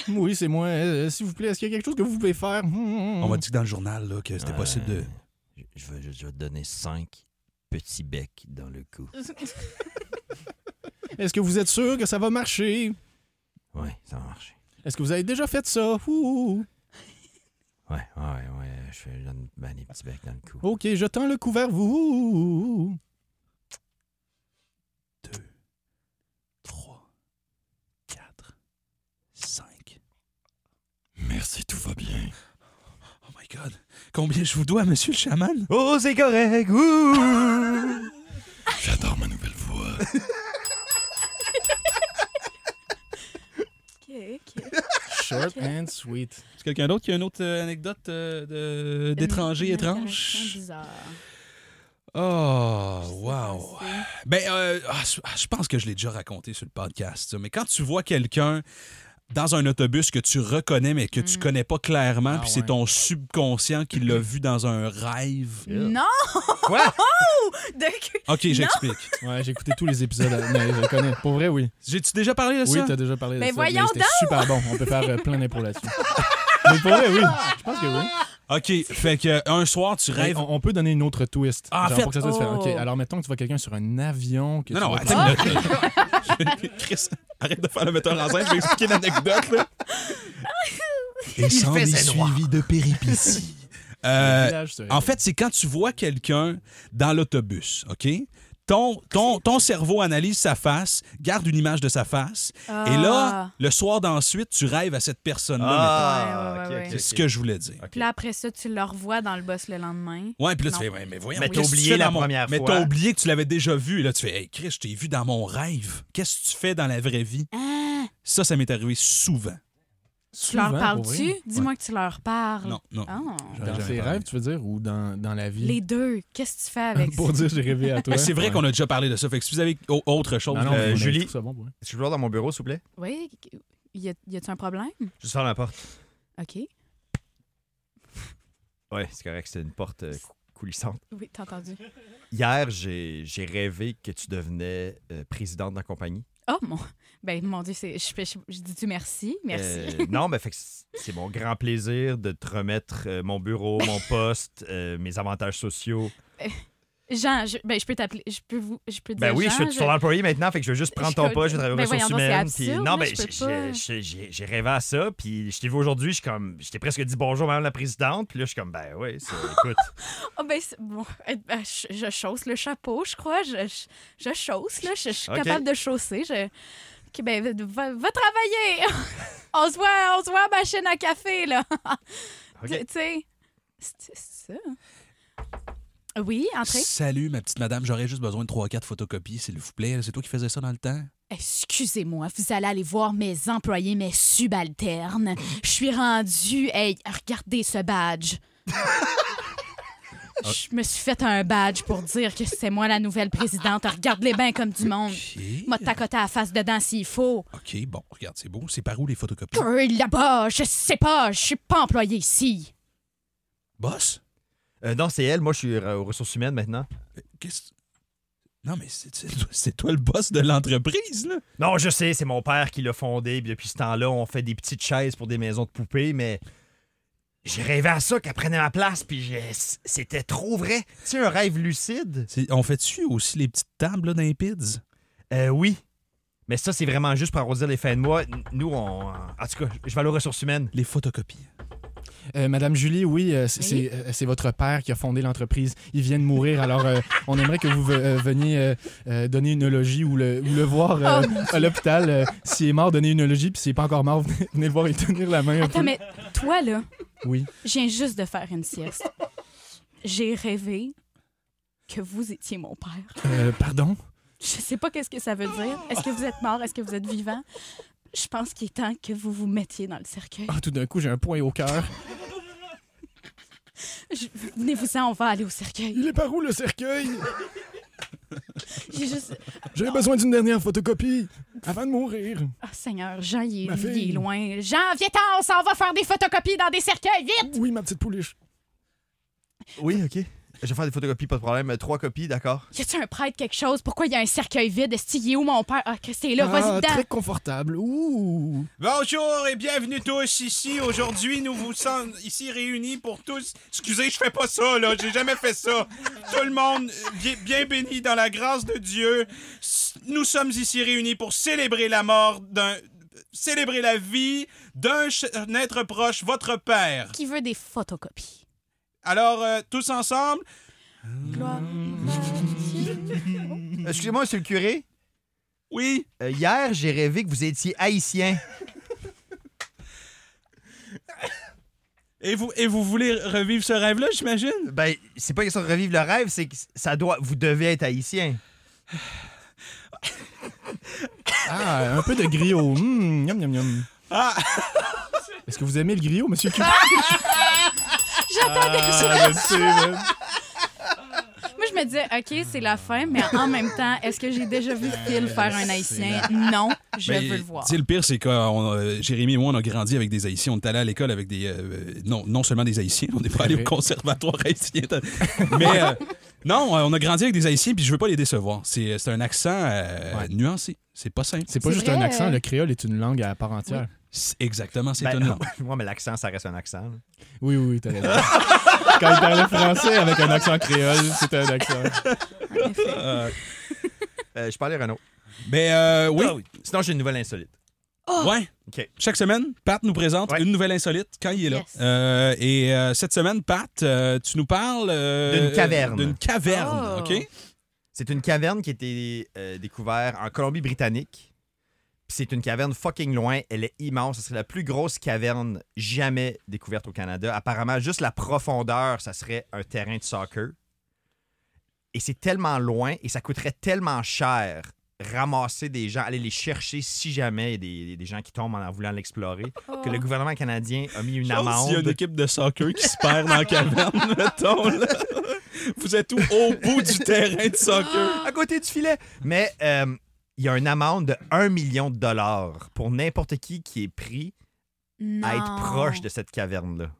[SPEAKER 5] Oui, c'est moi. Euh, S'il vous plaît, est-ce qu'il y a quelque chose que vous pouvez faire? Hmm.
[SPEAKER 1] On m'a dit dans le journal là, que c'était
[SPEAKER 2] Ouais.
[SPEAKER 1] possible de.
[SPEAKER 2] Je, je vais, je vais te donner cinq petits becs dans le cou.
[SPEAKER 5] Est-ce que vous êtes sûr que ça va marcher?
[SPEAKER 2] Ouais, ça va marcher.
[SPEAKER 5] Est-ce que vous avez déjà fait ça? Ouh.
[SPEAKER 2] Ouais, ouais, ouais, ouais, je te donne ben, des petits becs dans le cou.
[SPEAKER 5] OK, je tends le cou vers vous.
[SPEAKER 1] Trois, quatre, cinq. Oh God, combien je vous dois, monsieur le chaman?
[SPEAKER 2] Oh, c'est correct. Ouh.
[SPEAKER 4] J'adore ma nouvelle voix.
[SPEAKER 3] OK, OK.
[SPEAKER 5] Short and sweet.
[SPEAKER 1] Est-ce quelqu'un d'autre qui a une autre euh, anecdote euh, de- d'étranger
[SPEAKER 3] Une
[SPEAKER 1] étrange?
[SPEAKER 3] interaction bizarre.
[SPEAKER 1] Oh,
[SPEAKER 3] Je sais
[SPEAKER 1] wow.
[SPEAKER 3] pas si c'est-
[SPEAKER 1] Ben, euh, ah, je ah, je pense que je l'ai déjà raconté sur le podcast, ça, mais quand tu vois quelqu'un dans un autobus que tu reconnais mais que tu connais pas clairement,
[SPEAKER 5] Ah
[SPEAKER 1] puis
[SPEAKER 5] ouais.
[SPEAKER 1] c'est ton subconscient qui l'a vu dans un rêve.
[SPEAKER 8] Non!
[SPEAKER 2] Quoi?
[SPEAKER 3] De-
[SPEAKER 1] OK, j'explique.
[SPEAKER 5] Ouais, j'ai écouté tous les épisodes, euh, mais je le connais. Pour vrai, oui.
[SPEAKER 1] J'ai-tu déjà parlé de
[SPEAKER 5] Oui,
[SPEAKER 1] ça?
[SPEAKER 5] t'as déjà parlé
[SPEAKER 8] Mais
[SPEAKER 5] de ça.
[SPEAKER 8] voyons
[SPEAKER 5] mais c'était super bon. On peut faire euh, plein d'impro là-dessus. mais pour vrai, oui. Je pense que oui.
[SPEAKER 1] OK, fait que euh, un soir, tu
[SPEAKER 5] Mais
[SPEAKER 1] rêves.
[SPEAKER 5] on, on peut donner une autre twist.
[SPEAKER 1] Ah,
[SPEAKER 5] genre
[SPEAKER 1] fait-
[SPEAKER 5] pour que ça soit différent.
[SPEAKER 8] Oh.
[SPEAKER 5] Ok, alors mettons que tu vois quelqu'un sur un avion. Que
[SPEAKER 1] Non,
[SPEAKER 5] tu
[SPEAKER 1] non,
[SPEAKER 5] vas
[SPEAKER 1] attends.
[SPEAKER 5] prendre-
[SPEAKER 1] une minute. Chris, arrête de faire le metteur en scène, je vais expliquer l'anecdote, là. Et sans des suivis de péripéties.
[SPEAKER 5] Le
[SPEAKER 1] Euh,
[SPEAKER 5] village serait-
[SPEAKER 1] En fait, c'est quand tu vois quelqu'un dans l'autobus, OK? Ton, ton, ton cerveau analyse sa face, garde une image de sa face, et là, le soir d'ensuite, tu rêves à cette personne-là.
[SPEAKER 2] Ah,
[SPEAKER 3] Ouais, ouais,
[SPEAKER 2] ok, ok,
[SPEAKER 3] ouais,
[SPEAKER 1] C'est
[SPEAKER 2] ok.
[SPEAKER 1] ce que je voulais dire.
[SPEAKER 3] Puis là, après ça, tu le revois dans le boss le lendemain.
[SPEAKER 1] Ouais, puis là,
[SPEAKER 3] Non.
[SPEAKER 1] tu fais, ouais, mais voyons,
[SPEAKER 2] Mais t'as
[SPEAKER 1] qu'est-ce que
[SPEAKER 2] oublié
[SPEAKER 1] tu fais dans
[SPEAKER 2] la
[SPEAKER 1] mon-
[SPEAKER 2] première
[SPEAKER 1] Mais
[SPEAKER 2] fois.
[SPEAKER 1] t'as oublié que tu l'avais déjà vu. Et là, tu fais, hey, Chris, je t'ai vu dans mon rêve. Qu'est-ce que tu fais dans la vraie vie?
[SPEAKER 7] Ah!
[SPEAKER 1] Ça, ça m'est arrivé souvent.
[SPEAKER 3] Tu leur
[SPEAKER 5] Souvent, pour
[SPEAKER 3] parles-tu?
[SPEAKER 5] vrai.
[SPEAKER 3] Dis-moi que tu leur parles.
[SPEAKER 1] Non, non.
[SPEAKER 3] Ah.
[SPEAKER 1] J'aurais
[SPEAKER 5] Dans
[SPEAKER 1] jamais
[SPEAKER 5] ses
[SPEAKER 1] parlé.
[SPEAKER 5] rêves, tu veux dire, ou dans, dans la vie?
[SPEAKER 3] Les deux, qu'est-ce que tu fais avec ça?
[SPEAKER 5] pour dire j'ai rêvé à toi.
[SPEAKER 1] Mais Ben, c'est vrai qu'on a déjà parlé de ça. Fait que si vous avez au- autre chose,
[SPEAKER 5] Non, non,
[SPEAKER 1] euh,
[SPEAKER 5] mais
[SPEAKER 2] Julie.
[SPEAKER 5] je trouve ça bon, ouais.
[SPEAKER 2] Est-ce que je peux voir dans mon bureau, s'il vous plaît?
[SPEAKER 3] Oui, y a- y a-tu un problème?
[SPEAKER 2] Je sors la porte.
[SPEAKER 3] OK.
[SPEAKER 2] Ouais, c'est correct, c'était une porte euh, cou- coulissante.
[SPEAKER 3] Oui, t'as entendu.
[SPEAKER 2] Hier, j'ai j'ai rêvé que tu devenais euh, présidente de la compagnie.
[SPEAKER 3] Oh mon, ben, mon Dieu, c'est- je, je- je dis-tu merci? Merci.
[SPEAKER 2] Euh, non, mais fait que c'est c'est mon grand plaisir de te remettre euh, mon bureau, mon poste, euh, mes avantages sociaux.
[SPEAKER 3] Jean, je, ben, je peux t'appeler, je peux vous, je peux dire
[SPEAKER 2] Ben oui, je
[SPEAKER 3] Jean,
[SPEAKER 2] suis ton employé maintenant, fait que je veux juste prendre
[SPEAKER 3] je
[SPEAKER 2] ton
[SPEAKER 3] peux-
[SPEAKER 2] poste, je vais travailler aux
[SPEAKER 3] Ben
[SPEAKER 2] ressources
[SPEAKER 3] voyons donc,
[SPEAKER 2] humaines.
[SPEAKER 3] c'est
[SPEAKER 2] puis-
[SPEAKER 3] absurde,
[SPEAKER 2] non,
[SPEAKER 3] là,
[SPEAKER 2] mais
[SPEAKER 3] je peux
[SPEAKER 2] j'ai-
[SPEAKER 3] pas.
[SPEAKER 2] j'ai j'ai- j'ai rêvé à ça, puis je t'ai vu aujourd'hui, je suis comme, je t'ai presque dit bonjour, madame la présidente, puis là, je suis comme, ben oui, c'est- écoute.
[SPEAKER 3] Oh, ben, c'est- bon, eh, ben, je, je chausse le chapeau, je crois. Je, je, je chausse, là. Je, je suis
[SPEAKER 2] OK.
[SPEAKER 3] capable de chausser. Je... OK, ben, va- va, va travailler. on se voit, on se voit à ma chaîne à café, là.
[SPEAKER 2] OK.
[SPEAKER 3] Tu tu sais, c'est c'est ça. Oui, entrez.
[SPEAKER 1] Salut, ma petite madame, j'aurais juste besoin de 3-4 photocopies, s'il vous plaît. C'est toi qui faisais ça dans le temps?
[SPEAKER 8] Excusez-moi, vous allez aller voir mes employés, mes subalternes. Je suis rendue. Hey, regardez ce badge. Je me suis fait un badge pour dire que c'est moi la nouvelle présidente. Regarde-les bien comme du monde.
[SPEAKER 1] OK.
[SPEAKER 8] Moi, tacoté à la face dedans s'il faut.
[SPEAKER 1] OK, bon, regarde, c'est beau. C'est par où les photocopies?
[SPEAKER 8] Euh, Là-bas, je sais pas, je suis pas employée ici.
[SPEAKER 1] Boss? Euh,
[SPEAKER 2] Euh, non, c'est elle, moi, je suis euh, aux ressources humaines maintenant.
[SPEAKER 1] Qu'est-ce. Non, mais c'est c'est toi- c'est toi le boss de l'entreprise, là.
[SPEAKER 2] Non, je sais, c'est mon père qui l'a fondé, puis depuis ce temps-là, on fait des petites chaises pour des maisons de poupées, mais j'ai rêvé à ça qu'elle prenait ma place, puis j'ai- c'était trop vrai. Tu sais, un rêve lucide?
[SPEAKER 1] C'est- On fait-tu aussi les petites tables là, dans les pids?
[SPEAKER 2] Euh, oui. Mais ça, c'est vraiment juste pour arrondir les fins de mois. N- Nous, on. En tout cas, je vais aller aux ressources humaines.
[SPEAKER 1] Les photocopies.
[SPEAKER 5] Euh, Madame Julie, oui, euh, c'est-
[SPEAKER 3] Oui.
[SPEAKER 5] c'est euh, c'est votre père qui a fondé l'entreprise. Il vient de mourir, alors euh, on aimerait que vous ve- euh, veniez euh, euh, donner une eulogie ou le, ou le voir euh,
[SPEAKER 3] Oh,
[SPEAKER 5] à l'hôpital. Euh, s'il est mort, donnez une eulogie, puis s'il n'est pas encore mort, venez, venez le voir et tenir la main. un
[SPEAKER 3] Attends,
[SPEAKER 5] peu.
[SPEAKER 3] mais toi, là,
[SPEAKER 5] Oui.
[SPEAKER 3] je viens juste de faire une sieste. J'ai rêvé que vous étiez mon père.
[SPEAKER 5] Euh, pardon?
[SPEAKER 3] Je sais pas qu'est-ce que ça veut dire. Est-ce que vous êtes mort? Est-ce que vous êtes vivant? Je pense qu'il est temps que vous vous mettiez dans le cercueil.
[SPEAKER 5] Ah, tout d'un coup, j'ai un point au cœur.
[SPEAKER 3] Je- Venez-vous-en, on va aller au cercueil.
[SPEAKER 5] Il est par où le cercueil?
[SPEAKER 3] J'ai juste...
[SPEAKER 5] J'aurais besoin d'une dernière photocopie avant de mourir.
[SPEAKER 3] Ah, Seigneur, Jean, il
[SPEAKER 5] Ma
[SPEAKER 3] est, il
[SPEAKER 5] fille.
[SPEAKER 3] est loin. Jean,
[SPEAKER 8] Jean, viens-t'en, on s'en va faire des photocopies dans des cercueils, vite!
[SPEAKER 5] Oui, ma petite pouliche.
[SPEAKER 2] Oui, OK. Je vais faire des photocopies, pas de problème. Euh, Trois copies, d'accord.
[SPEAKER 8] Y a-tu un prêtre quelque chose? Pourquoi y a un cercueil vide? Est-ce qu'il est où mon père? Ah, Christy, là, vas-y dedans.
[SPEAKER 5] très confortable. Ouh!
[SPEAKER 1] Bonjour et bienvenue tous ici. Aujourd'hui, nous vous sommes ici réunis pour tous. Excusez, je fais pas ça, là. J'ai jamais fait ça. Tout le monde, euh, bien, bien béni dans la grâce de Dieu. S- Nous sommes ici réunis pour célébrer la mort d'un. célébrer la vie d'un ch- un être proche, votre père.
[SPEAKER 8] Qui veut des photocopies?
[SPEAKER 1] Alors, euh, tous ensemble,
[SPEAKER 3] gloire.
[SPEAKER 2] Euh, Excusez-moi, monsieur le curé.
[SPEAKER 1] oui.
[SPEAKER 2] Euh, hier, j'ai rêvé que vous étiez haïtien.
[SPEAKER 1] Et vous, et vous voulez revivre ce rêve-là, j'imagine?
[SPEAKER 2] Ben, c'est pas question de revivre le rêve, c'est que ça doit. Vous devez être haïtien.
[SPEAKER 5] Ah, un peu de griot. Hum, miam, miam, miam.
[SPEAKER 1] Ah!
[SPEAKER 5] Est-ce que vous aimez le griot, monsieur Cupid?
[SPEAKER 8] J'attendais ça.
[SPEAKER 5] Ah, je sais, man.
[SPEAKER 3] Moi, je me disais, OK, c'est la fin, mais en même temps, est-ce que j'ai déjà vu Phil faire un Haïtien? Non, je
[SPEAKER 1] Mais,
[SPEAKER 3] veux le voir.
[SPEAKER 1] tu sais, le pire, c'est que euh, Jérémy et moi, on a grandi avec des Haïtiens. On est allé à l'école avec des. euh, non, non seulement des Haïtiens, on n'est pas allé au
[SPEAKER 5] Oui.
[SPEAKER 1] conservatoire haïtien. Mais euh, non, euh, on a grandi avec des Haïtiens, puis je veux pas les décevoir. C'est c'est un accent euh,
[SPEAKER 5] Ouais.
[SPEAKER 1] nuancé. C'est pas simple.
[SPEAKER 5] C'est hein. pas
[SPEAKER 8] C'est
[SPEAKER 5] juste
[SPEAKER 8] vrai,
[SPEAKER 5] un accent,
[SPEAKER 8] euh.
[SPEAKER 5] le créole est une langue à part entière.
[SPEAKER 1] C'est- Exactement, c'est
[SPEAKER 2] Ben,
[SPEAKER 1] étonnant.
[SPEAKER 2] Moi, mais l'accent, ça reste un accent. là.
[SPEAKER 5] Oui, oui, oui, t'as raison. Quand il parlait français avec un accent créole, c'était un accent.
[SPEAKER 1] Euh,
[SPEAKER 2] Euh, je parlais Renault.
[SPEAKER 1] mais euh, oui,
[SPEAKER 2] Ah Sinon, j'ai une nouvelle insolite.
[SPEAKER 3] Oh!
[SPEAKER 1] ouais.
[SPEAKER 2] OK.
[SPEAKER 1] Chaque semaine, Pat nous présente
[SPEAKER 2] Ouais.
[SPEAKER 1] une nouvelle insolite quand il est là.
[SPEAKER 8] Yes.
[SPEAKER 1] Euh, et euh, cette semaine, Pat, euh, tu nous parles euh,
[SPEAKER 2] D'une caverne.
[SPEAKER 1] D'une caverne,
[SPEAKER 3] Oh.
[SPEAKER 1] OK?
[SPEAKER 2] C'est une caverne qui a été euh, découverte en Colombie-Britannique. Puis C'est une caverne fucking loin. Elle est immense. Ce serait la plus grosse caverne jamais découverte au Canada. Apparemment, juste la profondeur, ça serait un terrain de soccer. Et c'est tellement loin et ça coûterait tellement cher ramasser des gens, aller les chercher si jamais il y a des, des gens qui tombent en voulant l'explorer, que
[SPEAKER 5] Oh.
[SPEAKER 2] le gouvernement canadien a mis une
[SPEAKER 1] Je pense qu'il Oh. y a une
[SPEAKER 2] amende.
[SPEAKER 1] équipe de soccer qui se perd dans la caverne, mettons. là. Vous êtes où? Au bout du terrain de soccer.
[SPEAKER 2] à côté du filet. Mais euh, il y a une amende de 1 million de dollars pour n'importe qui qui est pris à être proche de cette caverne-là.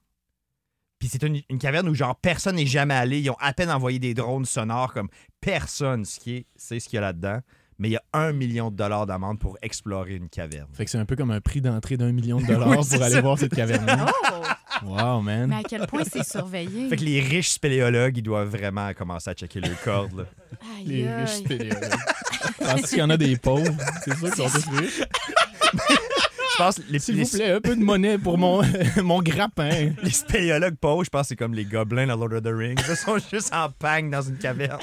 [SPEAKER 2] Puis c'est une, une caverne où genre personne n'est jamais allé. Ils ont à peine envoyé des drones sonores comme personne ce qui est, sait ce qu'il y a là-dedans. Mais il y a 1 million de dollars d'amende pour explorer une caverne.
[SPEAKER 5] Fait que c'est un peu comme un prix d'entrée d'un million de dollars
[SPEAKER 2] Oui, c'est
[SPEAKER 5] pour aller
[SPEAKER 2] ça.
[SPEAKER 5] voir cette caverne.
[SPEAKER 3] Oh!
[SPEAKER 5] Wow,
[SPEAKER 3] Mais
[SPEAKER 5] man.
[SPEAKER 3] à quel point c'est surveillé?
[SPEAKER 2] Fait que les riches spéléologues, ils doivent vraiment commencer à checker leurs cordes. là.
[SPEAKER 3] Aïe,
[SPEAKER 5] Les
[SPEAKER 3] aïe.
[SPEAKER 5] riches spéléologues. Parce qu'il y en a des pauvres. C'est sûr qu'ils sont tous riches.
[SPEAKER 2] Je pense les,
[SPEAKER 5] S'il
[SPEAKER 2] les-
[SPEAKER 5] vous plaît, un peu de monnaie pour mon, mon grappin.
[SPEAKER 2] les spéléologues pauvres, je pense que c'est comme les gobelins dans Lord of the Rings. Ils sont juste en pagne dans une caverne.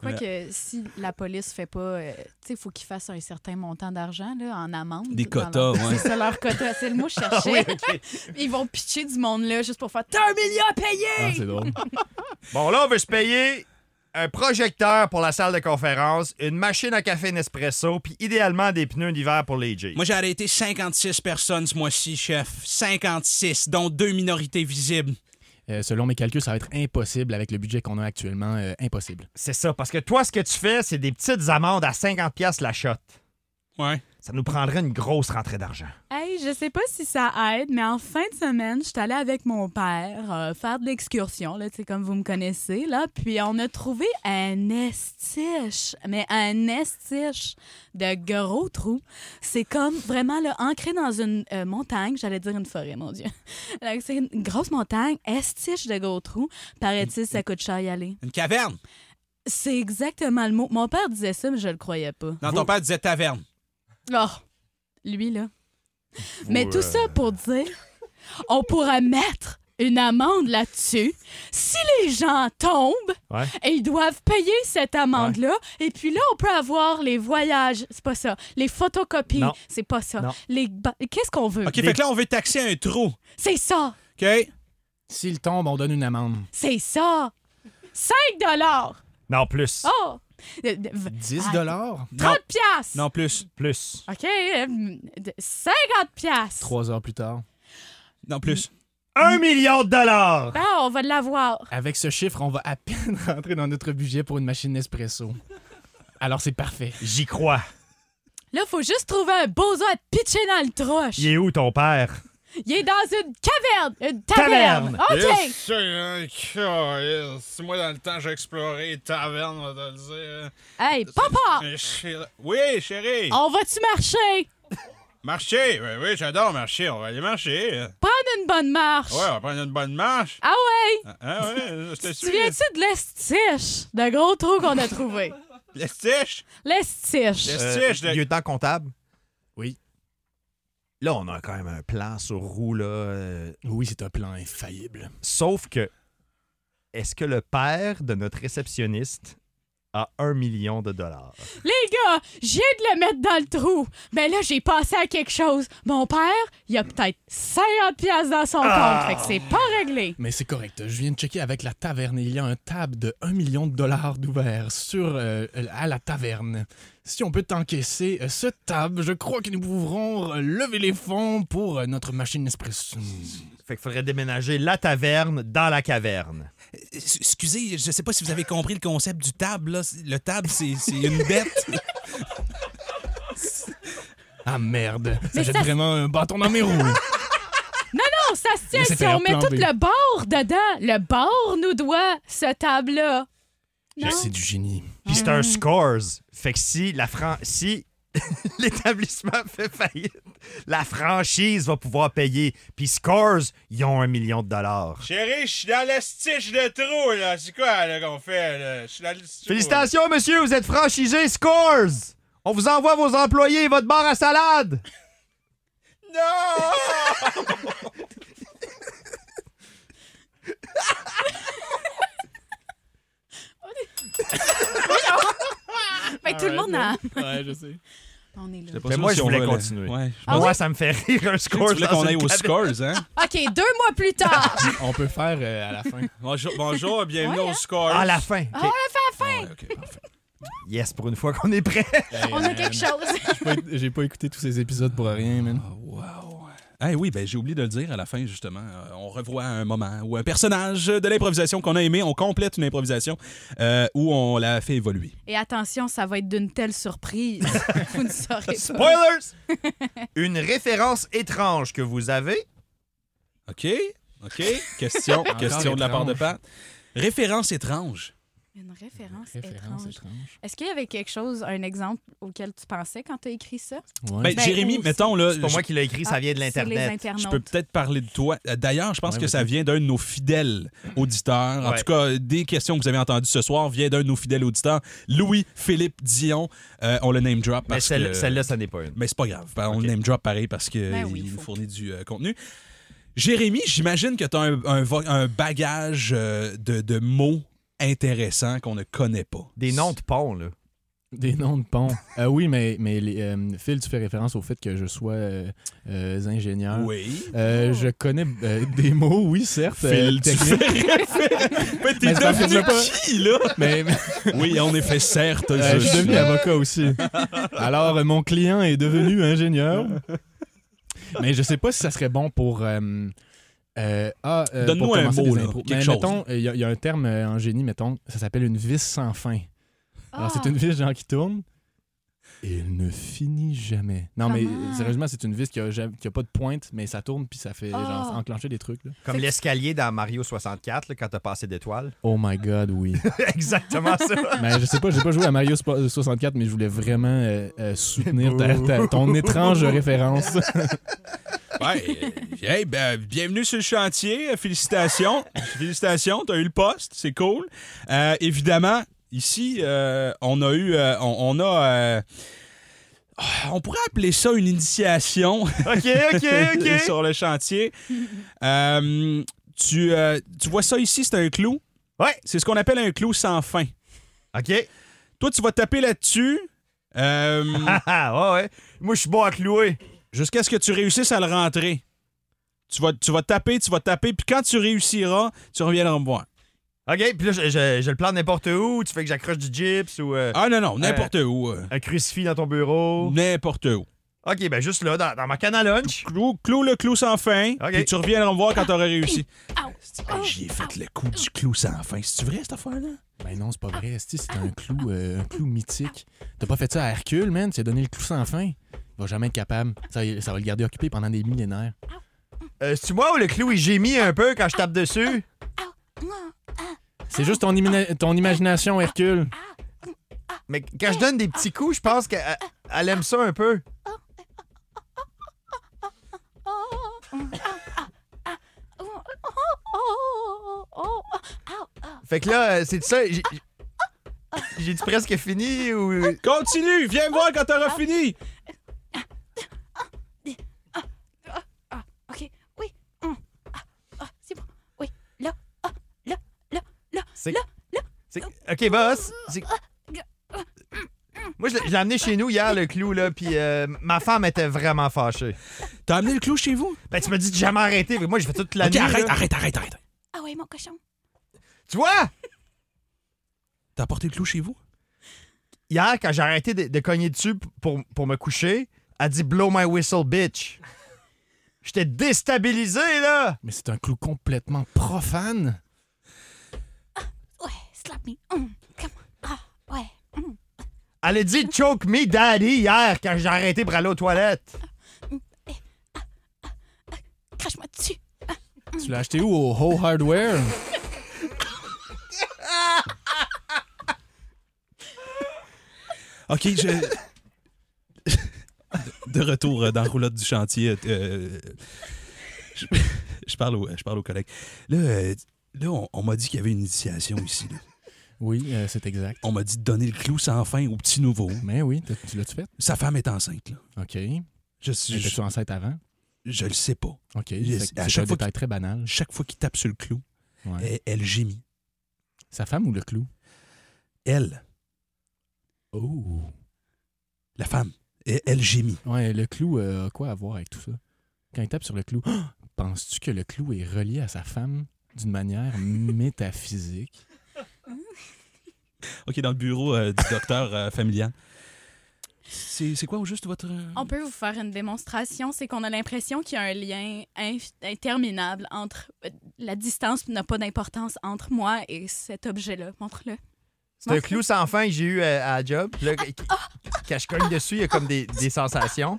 [SPEAKER 3] Quoique, si la police fait pas. euh, tu sais, il faut qu'ils fassent un certain montant d'argent là, en amende.
[SPEAKER 1] Des
[SPEAKER 3] Dans leur-
[SPEAKER 1] quotas, ouais.
[SPEAKER 3] C'est ça leur quota. C'est le mot que je
[SPEAKER 2] Ah oui,
[SPEAKER 3] cherchais.
[SPEAKER 2] ok.
[SPEAKER 3] Ils vont pitcher du monde là juste pour faire T'as un million à
[SPEAKER 5] Ah,
[SPEAKER 3] payer!
[SPEAKER 5] c'est drôle.
[SPEAKER 2] Bon, là, on veut se payer un projecteur pour la salle de conférence, une machine à café Nespresso, puis idéalement des pneus d'hiver pour les Jeeps.
[SPEAKER 1] Moi, j'ai arrêté 56 personnes ce mois-ci, chef. 56, dont deux minorités visibles.
[SPEAKER 5] Euh, selon mes calculs, ça va être impossible avec le budget qu'on a actuellement. euh, impossible.
[SPEAKER 2] C'est ça, parce que toi, ce que tu fais, c'est des petites amendes à 50$ la shot.
[SPEAKER 1] Ouais.
[SPEAKER 2] Ça nous prendrait une grosse rentrée d'argent.
[SPEAKER 3] Hey, je sais pas si ça aide, mais en fin de semaine, je suis allée avec mon père euh, faire de l'excursion, là, tu sais, comme vous me connaissez, là. Puis on a trouvé un estiche, mais un estiche de gros trous. C'est comme vraiment, là, ancré dans une euh, montagne. J'allais dire une forêt, mon Dieu. Donc, C'est une grosse montagne, estiche de gros trous. Paraît-il, ça coûte cher y aller.
[SPEAKER 1] Une caverne.
[SPEAKER 3] C'est exactement le mot. Mon père disait ça, mais je le croyais pas.
[SPEAKER 1] Dans ton père disait taverne.
[SPEAKER 3] Oh, lui, là. Mais
[SPEAKER 2] Vous, euh,
[SPEAKER 3] tout ça pour dire, on pourrait mettre une amende là-dessus si les gens tombent
[SPEAKER 2] Ouais.
[SPEAKER 3] et ils doivent payer cette amende-là. Et puis là, on peut avoir les voyages, c'est pas ça. Les photocopies,
[SPEAKER 2] Non.
[SPEAKER 3] c'est pas ça.
[SPEAKER 2] Non.
[SPEAKER 3] Les ba- Qu'est-ce qu'on veut?
[SPEAKER 1] OK, fait que là, on veut taxer un trou.
[SPEAKER 3] C'est ça!
[SPEAKER 1] OK?
[SPEAKER 5] S'il tombe, on donne une amende.
[SPEAKER 3] C'est ça! 5 dollars!
[SPEAKER 2] Non, plus.
[SPEAKER 3] Oh! Euh, de- v-
[SPEAKER 5] 10
[SPEAKER 3] Ah.
[SPEAKER 5] dollars?
[SPEAKER 3] 30 piastres!
[SPEAKER 1] Non plus.
[SPEAKER 2] Plus.
[SPEAKER 3] OK, euh, de- 50 piastres!
[SPEAKER 5] Trois heures plus tard.
[SPEAKER 1] Non plus.
[SPEAKER 2] Un million de dollars!
[SPEAKER 3] Ben, on va l'avoir.
[SPEAKER 5] Avec ce chiffre, on va à peine rentrer dans notre budget pour une machine Nespresso. Alors c'est parfait.
[SPEAKER 2] J'y crois.
[SPEAKER 3] Là, faut juste trouver un bozo à te pitcher dans le troche.
[SPEAKER 2] Il est où ton père?
[SPEAKER 3] Il est dans une caverne, une taverne.
[SPEAKER 2] Taverne.
[SPEAKER 3] OK.
[SPEAKER 4] Yes, c'est un câlisse. Si hein, moi, dans le temps, j'ai exploré les tavernes, on va te le dire.
[SPEAKER 3] Hey, papa,
[SPEAKER 4] Mais je suis là- Oui, chérie!
[SPEAKER 3] on va-tu marcher?
[SPEAKER 4] Marcher! Oui, oui, j'adore marcher. On va aller marcher.
[SPEAKER 3] Prendre une bonne marche.
[SPEAKER 4] Ouais, on va prendre une bonne marche.
[SPEAKER 3] Ah ouais?
[SPEAKER 4] Ah, ah ouais, je te
[SPEAKER 3] Tu
[SPEAKER 4] suis.
[SPEAKER 3] viens-tu de l'estiche? De gros trou qu'on a trouvé.
[SPEAKER 4] L'estiche!
[SPEAKER 3] L'estiche.
[SPEAKER 4] L'estiche! le-
[SPEAKER 2] lieutenant Euh, comptable?
[SPEAKER 5] Oui.
[SPEAKER 2] Là, on a quand même un plan sur roue, là. euh,
[SPEAKER 5] Oui, c'est un plan infaillible.
[SPEAKER 2] Sauf que, est-ce que le père de notre réceptionniste à 1 million de dollars.
[SPEAKER 8] Les gars, j'ai de le mettre dans le trou.
[SPEAKER 3] Ben
[SPEAKER 8] Mais là, j'ai passé à quelque chose. Mon père, il a peut-être 50 pièces dans son compte. Fait que c'est pas réglé.
[SPEAKER 5] Mais c'est correct. Je viens de checker avec la taverne. Il y a un tab de 1 million de dollars d'ouvert sur euh, à la taverne. Si on peut encaisser euh, ce tab, je crois que nous pourrons euh, lever les fonds pour euh, notre machine espresso.
[SPEAKER 2] Fait qu'il faudrait déménager la taverne dans la caverne.
[SPEAKER 1] Excusez, je sais pas si vous avez compris le concept du table. Là. Le table, c'est c'est une bête.
[SPEAKER 5] Ah merde, ça
[SPEAKER 8] Mais
[SPEAKER 5] jette
[SPEAKER 8] ça-
[SPEAKER 5] vraiment un bâton dans mes roues.
[SPEAKER 8] Non, ça se tient
[SPEAKER 5] Mais c'est
[SPEAKER 8] si on met
[SPEAKER 5] plan
[SPEAKER 8] tout
[SPEAKER 5] B.
[SPEAKER 8] le bord dedans. Le bord nous doit ce table-là. Non?
[SPEAKER 5] C'est du génie.
[SPEAKER 2] Puis c'est un scores. Fait que si la Fran- si l'établissement fait faillite, la franchise va pouvoir payer. Puis scores, ils ont un million de dollars.
[SPEAKER 9] Chérie, je suis dans le stitch de trou, là. C'est quoi, là, qu'on fait, là? Je suis dans le stitch.
[SPEAKER 2] Félicitations, monsieur, vous êtes franchisé scores! On vous envoie vos employés et votre bar à salade!
[SPEAKER 3] Fait que tout le monde a...
[SPEAKER 5] Ouais, je sais.
[SPEAKER 3] On est là.
[SPEAKER 2] Mais moi, je voulais continuer.
[SPEAKER 1] Ouais, je
[SPEAKER 2] Moi,
[SPEAKER 1] pensais-
[SPEAKER 2] ça me fait rire un
[SPEAKER 1] Tu
[SPEAKER 2] scores.
[SPEAKER 1] voulais
[SPEAKER 2] dans
[SPEAKER 1] qu'on
[SPEAKER 2] une
[SPEAKER 1] aille aux
[SPEAKER 2] caverne.
[SPEAKER 1] scores, hein?
[SPEAKER 8] OK, deux mois plus tard.
[SPEAKER 5] On peut faire euh, à la fin.
[SPEAKER 1] Bonjour, bonjour bienvenue
[SPEAKER 8] Ouais,
[SPEAKER 1] aux scores.
[SPEAKER 2] Ah, la fin!
[SPEAKER 8] Ah,
[SPEAKER 2] Ok.
[SPEAKER 8] on a fait la fin.
[SPEAKER 1] Ouais, ok, parfait.
[SPEAKER 2] Yes, pour une fois qu'on est prêt.
[SPEAKER 8] On a quelque chose.
[SPEAKER 5] euh, J'ai pas- J'ai pas écouté tous ces épisodes pour rien, man.
[SPEAKER 8] Oh,
[SPEAKER 1] Ah, wow. Eh oui, ben j'ai oublié de le dire à la fin, justement. Euh, on revoit un moment où un personnage de l'improvisation qu'on a aimé, on complète une improvisation euh, où on la fait évoluer.
[SPEAKER 3] Et attention, ça va être d'une telle surprise. Vous ne saurez pas.
[SPEAKER 2] Spoilers! Une référence étrange que vous avez.
[SPEAKER 1] OK? OK? Question, question de la part de
[SPEAKER 5] étrange.
[SPEAKER 1] Pat. Référence étrange.
[SPEAKER 3] Une référence,
[SPEAKER 5] Référence
[SPEAKER 3] étrange.
[SPEAKER 5] étrange.
[SPEAKER 3] Est-ce qu'il y avait quelque chose, un exemple auquel tu pensais quand tu as écrit ça?
[SPEAKER 5] Ouais.
[SPEAKER 1] Ben,
[SPEAKER 3] Ben,
[SPEAKER 1] Jérémy,
[SPEAKER 3] aussi.
[SPEAKER 1] mettons, là,
[SPEAKER 2] C'est pas
[SPEAKER 1] je-
[SPEAKER 2] moi qui l'ai écrit, ça
[SPEAKER 3] Ah,
[SPEAKER 2] vient de
[SPEAKER 3] c'est les
[SPEAKER 2] l'Internet.
[SPEAKER 1] je peux
[SPEAKER 3] internautes.
[SPEAKER 1] peut-être parler de toi. Euh, D'ailleurs, je pense
[SPEAKER 5] Ouais,
[SPEAKER 1] que
[SPEAKER 5] vas-y.
[SPEAKER 1] ça vient d'un de nos fidèles auditeurs. En
[SPEAKER 2] Ouais.
[SPEAKER 1] tout cas, des questions que vous avez entendues ce soir viennent d'un de nos fidèles auditeurs, Louis-Philippe Dion. Euh, on le name drop
[SPEAKER 2] Mais
[SPEAKER 1] parce
[SPEAKER 2] celle-
[SPEAKER 1] que...
[SPEAKER 2] celle-là, ça n'est pas une.
[SPEAKER 1] Mais c'est pas grave. Ben, On
[SPEAKER 2] Ok.
[SPEAKER 1] le name drop pareil parce qu'il
[SPEAKER 3] Ben oui,
[SPEAKER 1] il nous
[SPEAKER 3] faut.
[SPEAKER 1] fournit du euh, contenu. Jérémy, j'imagine que tu as un, un vo- un bagage euh, de, de mots intéressants qu'on ne connaît pas.
[SPEAKER 2] Des noms de ponts, là.
[SPEAKER 8] Ben,
[SPEAKER 5] Des noms de ponts. Euh, oui, mais, mais les, euh, Phil, tu fais référence au fait que je sois euh, euh, ingénieur.
[SPEAKER 2] hein.
[SPEAKER 1] Oui.
[SPEAKER 5] Euh, je connais euh, des mots, oui, certes. euh,
[SPEAKER 1] Phil, tu
[SPEAKER 5] techniques,
[SPEAKER 1] fais- Mais t'es
[SPEAKER 5] Mais c'est parce que je
[SPEAKER 1] devenu
[SPEAKER 5] veux pas-
[SPEAKER 1] qui, là?
[SPEAKER 5] mais mais,
[SPEAKER 1] Oui, en effet, certes.
[SPEAKER 5] euh, je suis devenu
[SPEAKER 1] suis-
[SPEAKER 5] avocat aussi. Alors, euh, mon client est devenu ingénieur. Mais je sais pas si ça serait bon pour. euh, euh, ah, euh,
[SPEAKER 1] Donne-nous
[SPEAKER 5] pour
[SPEAKER 1] un
[SPEAKER 5] commencer
[SPEAKER 1] mot,
[SPEAKER 5] des
[SPEAKER 1] là,
[SPEAKER 5] impros.
[SPEAKER 1] quelque
[SPEAKER 5] Mais
[SPEAKER 1] chose.
[SPEAKER 5] mettons, il y, a- il y a un terme euh, en génie, mettons, ça s'appelle une vis sans fin. Alors,
[SPEAKER 3] Ah.
[SPEAKER 5] c'est une vis, genre, qui tourne. Et elle ne finit jamais. Non, mais
[SPEAKER 3] Comment?
[SPEAKER 5] sérieusement, c'est une vis qui a, ja- qui a pas de pointe, mais ça tourne, puis ça fait genre,
[SPEAKER 3] Ah.
[SPEAKER 5] enclencher des trucs. là.
[SPEAKER 2] Comme l'escalier dans Mario 64, là, quand t'as passé d'étoiles.
[SPEAKER 5] Oh my god, oui.
[SPEAKER 2] Exactement ça.
[SPEAKER 5] mais Ben, je sais pas, j'ai pas joué à Mario Spo- 64, mais je voulais vraiment euh, euh, soutenir ta- ta- ton étrange référence.
[SPEAKER 1] Ouais, euh, hey, ben, bienvenue sur le chantier. euh, Félicitations. Félicitations, t'as eu le poste. C'est cool. Euh, évidemment, ici, euh, on a eu. euh, on, on a. euh, on pourrait appeler ça une initiation
[SPEAKER 2] OK, OK, OK.
[SPEAKER 1] sur le chantier. Euh, tu, euh, tu vois ça ici, c'est un clou.
[SPEAKER 2] Ouais.
[SPEAKER 1] C'est ce qu'on appelle un clou sans fin.
[SPEAKER 2] OK.
[SPEAKER 1] Toi, tu vas taper là-dessus. euh,
[SPEAKER 2] Ah, ah, ouais, ouais. Moi, je suis bon à clouer.
[SPEAKER 1] jusqu'à ce que tu réussisses à le rentrer. Tu vas, tu vas taper, tu vas taper, puis quand tu réussiras, tu reviendras me voir.
[SPEAKER 2] OK, puis là, je, je- je le plante n'importe où. Tu fais que j'accroche du gyps ou euh,
[SPEAKER 1] Ah non, non, n'importe où. euh,
[SPEAKER 2] un crucifix dans ton bureau.
[SPEAKER 1] N'importe où.
[SPEAKER 2] OK, ben juste là, dans, dans ma canne à lunch.
[SPEAKER 1] Clou, clou le clou sans fin,
[SPEAKER 2] Ok.
[SPEAKER 1] puis tu reviendras me voir quand t'auras réussi.
[SPEAKER 8] Ow.
[SPEAKER 1] C'est- hey, J'y ai Ah, fait le coup du clou sans fin. C'est-tu vrai, cette affaire-là?
[SPEAKER 5] Ben non, c'est pas vrai. esti, C'est un clou, euh, un clou mythique. T'as pas fait ça à Hercule, man. Tu as donné le clou sans fin. Il va jamais être capable. Ça, ça va le garder occupé pendant des millénaires.
[SPEAKER 2] Euh, C'est-tu moi où le clou, il gémit un peu quand je tape dessus?
[SPEAKER 5] C'est juste ton, imina- ton imagination, Hercule.
[SPEAKER 2] Mais quand je donne des petits coups, je pense qu'elle elle aime ça un peu. Fait que là, euh, c'est ça. j'ai- J'ai-tu presque fini ou.
[SPEAKER 1] Continue, viens me voir quand t'auras fini.
[SPEAKER 8] OK, oui. Hum. Ah, ah, c'est bon. Oui, là, ah, là, là, là.
[SPEAKER 2] C'est. Ok, boss. c'est- Moi, je l'ai- je l'ai amené chez nous hier, le clou, là, puis euh, ma femme était vraiment fâchée.
[SPEAKER 1] T'as amené le clou chez vous?
[SPEAKER 2] Ben, tu m'as dit de jamais arrêter, mais moi, je fais toute la
[SPEAKER 1] Ok,
[SPEAKER 2] nuit.
[SPEAKER 1] arrête,
[SPEAKER 2] là.
[SPEAKER 1] arrête, arrête, arrête.
[SPEAKER 8] Ah ouais, mon cochon.
[SPEAKER 2] Tu vois,
[SPEAKER 1] T'as apporté le clou chez vous?
[SPEAKER 2] hier, quand j'ai arrêté de, de cogner dessus p- pour, pour me coucher, elle dit Blow my whistle, bitch. J'étais déstabilisé, là.
[SPEAKER 5] Mais c'est un clou complètement profane.
[SPEAKER 8] Ouais, slap me. Hum, come on. Ah, ouais. Hum.
[SPEAKER 2] Elle a dit Choke me, daddy, hier, quand j'ai arrêté pour aller aux toilettes.
[SPEAKER 8] Oh, Crache-moi dessus.
[SPEAKER 5] Tu l'as acheté où au Ho Hardware
[SPEAKER 1] Ok, je. De retour euh, dans Roulotte du chantier. euh, je, je parle au, je parle aux collègues. Là, euh, là on, on m'a dit qu'il y avait une initiation ici. là.
[SPEAKER 5] Oui, euh, c'est exact.
[SPEAKER 1] On m'a dit de donner le clou sans fin au petit nouveau.
[SPEAKER 5] Mais oui, t'as- tu l'as-tu fait
[SPEAKER 1] Sa femme est enceinte. Là.
[SPEAKER 5] OK.
[SPEAKER 1] Je, suis-
[SPEAKER 5] Étais-tu
[SPEAKER 1] je,
[SPEAKER 5] enceinte avant
[SPEAKER 1] je le sais pas.
[SPEAKER 5] OK.
[SPEAKER 1] Yes,
[SPEAKER 5] Fait que
[SPEAKER 1] à
[SPEAKER 5] C'est
[SPEAKER 1] chaque
[SPEAKER 5] un
[SPEAKER 1] fois
[SPEAKER 5] détail très banal.
[SPEAKER 1] Chaque fois qu'il tape sur le clou,
[SPEAKER 5] Ouais.
[SPEAKER 1] elle, elle gémit.
[SPEAKER 5] Sa femme ou le clou
[SPEAKER 1] Elle,
[SPEAKER 5] Oh.
[SPEAKER 1] la femme, elle, elle gémit.
[SPEAKER 5] Ouais, le clou euh, a quoi à voir avec tout ça Quand il tape sur le clou, penses-tu que le clou est relié à sa femme d'une manière métaphysique
[SPEAKER 1] Ok, dans le bureau euh, du docteur euh, familial. C'est c'est quoi au juste votre. euh,
[SPEAKER 3] On peut vous faire une démonstration, c'est qu'on a l'impression qu'il y a un lien inf- interminable entre euh, la distance n'a pas d'importance entre moi et cet objet-là. Montre-le.
[SPEAKER 2] C'est un
[SPEAKER 3] Montre-le.
[SPEAKER 2] clou sans fin que j'ai eu euh, à, à job. Puis Là, quand je cogne dessus, il y a comme des, des sensations.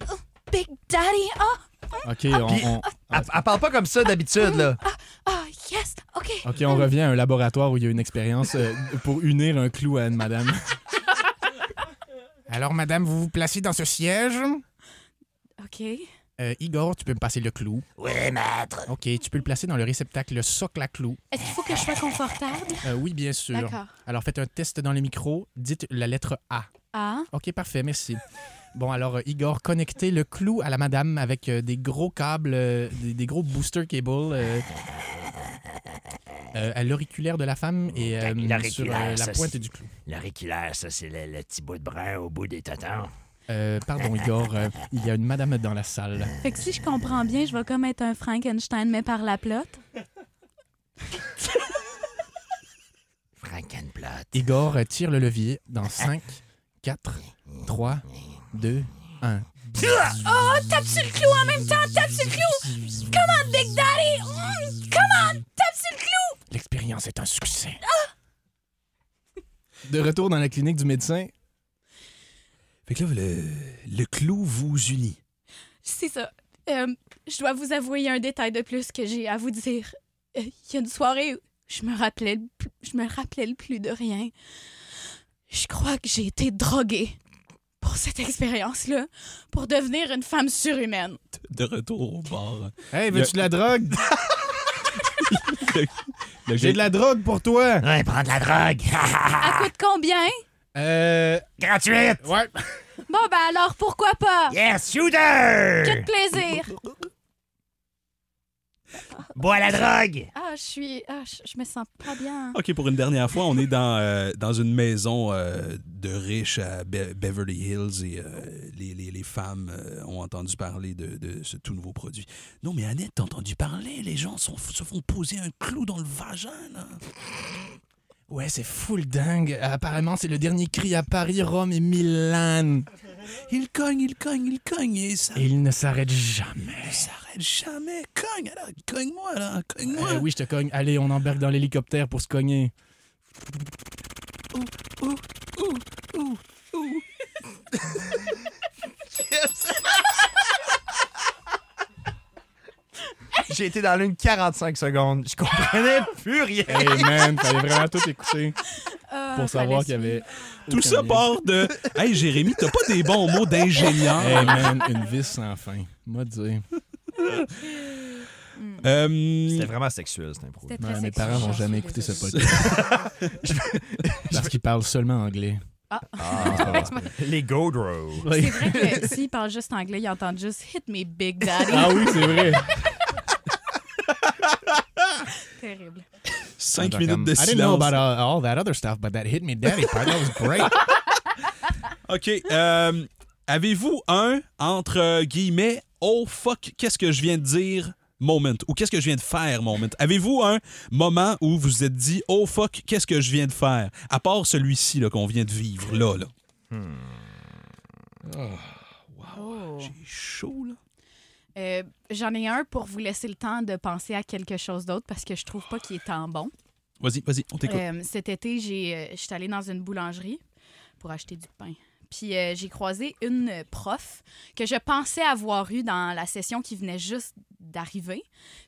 [SPEAKER 8] Big Daddy. Oh,
[SPEAKER 5] OK, on,
[SPEAKER 2] puis-
[SPEAKER 5] on-
[SPEAKER 2] Elle, elle parle pas comme ça d'habitude, là.
[SPEAKER 8] oh, yes. OK.
[SPEAKER 5] OK, on revient à un laboratoire où il y a une expérience euh, pour unir un clou à une madame.
[SPEAKER 4] Alors, madame, vous vous placez dans ce siège?
[SPEAKER 3] OK.
[SPEAKER 5] Euh, Igor, tu peux me passer le clou.
[SPEAKER 2] Ouais, maître.
[SPEAKER 5] OK, tu peux le placer dans le réceptacle, le socle à clou.
[SPEAKER 8] Est-ce qu'il faut que je sois confortable?
[SPEAKER 5] oui, bien sûr.
[SPEAKER 3] D'accord.
[SPEAKER 5] Alors faites un test dans les micros, dites la lettre A.
[SPEAKER 3] Ah,
[SPEAKER 5] OK, parfait, merci. Bon, alors, euh, Igor, connectez le clou à la madame avec euh, des gros câbles, euh, des, des gros booster cables euh, euh, à l'auriculaire de la femme et euh, sur euh, la pointe du clou.
[SPEAKER 10] L'auriculaire, ça, c'est le, le petit bout de brin au bout des tatans.
[SPEAKER 5] Euh, pardon, Igor, euh, il y a une madame dans la salle.
[SPEAKER 3] Fait que si je comprends bien, je vais comme être un Frankenstein, mais par la plotte.
[SPEAKER 10] Frankenplot.
[SPEAKER 5] Igor euh, tire le levier dans 5, 4, 3, 2, 1.
[SPEAKER 8] Oh, tape sur le clou en même temps. Tape sur le clou. Come on, Big Daddy. Hum, come on. Tape sur le clou.
[SPEAKER 5] L'expérience est un succès. De retour dans la clinique du médecin,
[SPEAKER 1] Fait que là, le, le clou vous unit.
[SPEAKER 3] C'est ça. Euh, je dois vous avouer un détail de plus que j'ai à vous dire. Euh, Il y a une soirée où je me rappelais, le pl- je me rappelais le plus de rien. Je crois que j'ai été droguée pour cette expérience-là, pour devenir une femme surhumaine.
[SPEAKER 1] De retour au bar.
[SPEAKER 5] Hey, veux-tu de la drogue?
[SPEAKER 1] Le
[SPEAKER 5] J'ai
[SPEAKER 1] gars-
[SPEAKER 5] de la drogue pour toi!
[SPEAKER 10] Ouais, prends de la drogue.
[SPEAKER 3] À
[SPEAKER 10] Ah!
[SPEAKER 3] coûte combien?
[SPEAKER 5] Euh.
[SPEAKER 10] Gratuite.
[SPEAKER 5] Ouais.
[SPEAKER 8] Bon, ben alors, pourquoi pas?
[SPEAKER 10] Yes, shooter.
[SPEAKER 8] Que de plaisir.
[SPEAKER 10] Bois la drogue.
[SPEAKER 3] Ah, je suis. Ah, je, je me sens pas bien.
[SPEAKER 1] OK, pour une dernière fois, on est dans, euh, dans une maison euh, de riches à Be- Beverly Hills et euh, les, les- les femmes euh, ont entendu parler de, de ce tout nouveau produit. Non, mais Annette, t'as entendu parler? Les gens sont- se font poser un clou dans le vagin, là.
[SPEAKER 5] Ouais, c'est full dingue. Apparemment, c'est le dernier cri à Paris, Rome et Milan.
[SPEAKER 1] Ils cognent, ils cognent, ils cognent et ça
[SPEAKER 5] Et il ne s'arrête jamais.
[SPEAKER 1] ne s'arrête jamais. Cogne, alors, cogne-moi, là, cogne-moi.
[SPEAKER 5] Euh, oui, je te cogne. Allez, on embarque dans l'hélicoptère pour se cogner.
[SPEAKER 2] J'ai été dans l'une 45 secondes. Je comprenais plus rien.
[SPEAKER 5] Hey Eh, man, fallait vraiment tout écouter
[SPEAKER 3] Ah,
[SPEAKER 5] pour
[SPEAKER 3] fallait
[SPEAKER 5] savoir qu'il y
[SPEAKER 3] suivre.
[SPEAKER 5] avait.
[SPEAKER 1] Tout
[SPEAKER 5] aucun
[SPEAKER 1] ça
[SPEAKER 5] lien.
[SPEAKER 1] part de... Hey, Jérémy, t'as pas des bons mots d'ingénieur.
[SPEAKER 5] Hey Eh, man, une vis sans fin. Moi, dire.
[SPEAKER 1] Euh,
[SPEAKER 2] C'était vraiment sexuel, cette impro.
[SPEAKER 3] C'était
[SPEAKER 5] Ouais,
[SPEAKER 3] très
[SPEAKER 5] mes
[SPEAKER 3] sexuel.
[SPEAKER 5] parents vont jamais écouter ce podcast. Parce qu'ils parlent seulement anglais.
[SPEAKER 2] Ah, les Godrow.
[SPEAKER 3] C'est vrai que s'ils parlent juste anglais, ils entendent juste Hit me, Big Daddy.
[SPEAKER 5] Ah oui, c'est vrai.
[SPEAKER 3] Terrible.
[SPEAKER 1] cinq
[SPEAKER 5] They're
[SPEAKER 1] minutes
[SPEAKER 5] comme,
[SPEAKER 1] de
[SPEAKER 5] I didn't know
[SPEAKER 1] silence.
[SPEAKER 5] about all, all that other stuff, but that hit me daddy part, that was great.
[SPEAKER 1] OK. euh, Avez-vous un, entre euh, guillemets, oh fuck, qu'est-ce que je viens de dire moment ou qu'est-ce que je viens de faire moment? Avez-vous un moment où vous vous êtes dit oh fuck, qu'est-ce que je viens de faire? À part celui-ci là, qu'on vient de vivre, là. là. J'ai chaud, là.
[SPEAKER 3] Euh, J'en ai un pour vous laisser le temps de penser à quelque chose d'autre parce que je trouve pas qu'il est tant bon.
[SPEAKER 1] Vas-y, vas-y, on t'écoute.
[SPEAKER 3] Euh, cet été, j'ai, euh, j'étais allée dans une boulangerie pour acheter du pain. Puis euh, j'ai croisé une euh, prof que je pensais avoir eue dans la session qui venait juste d'arriver.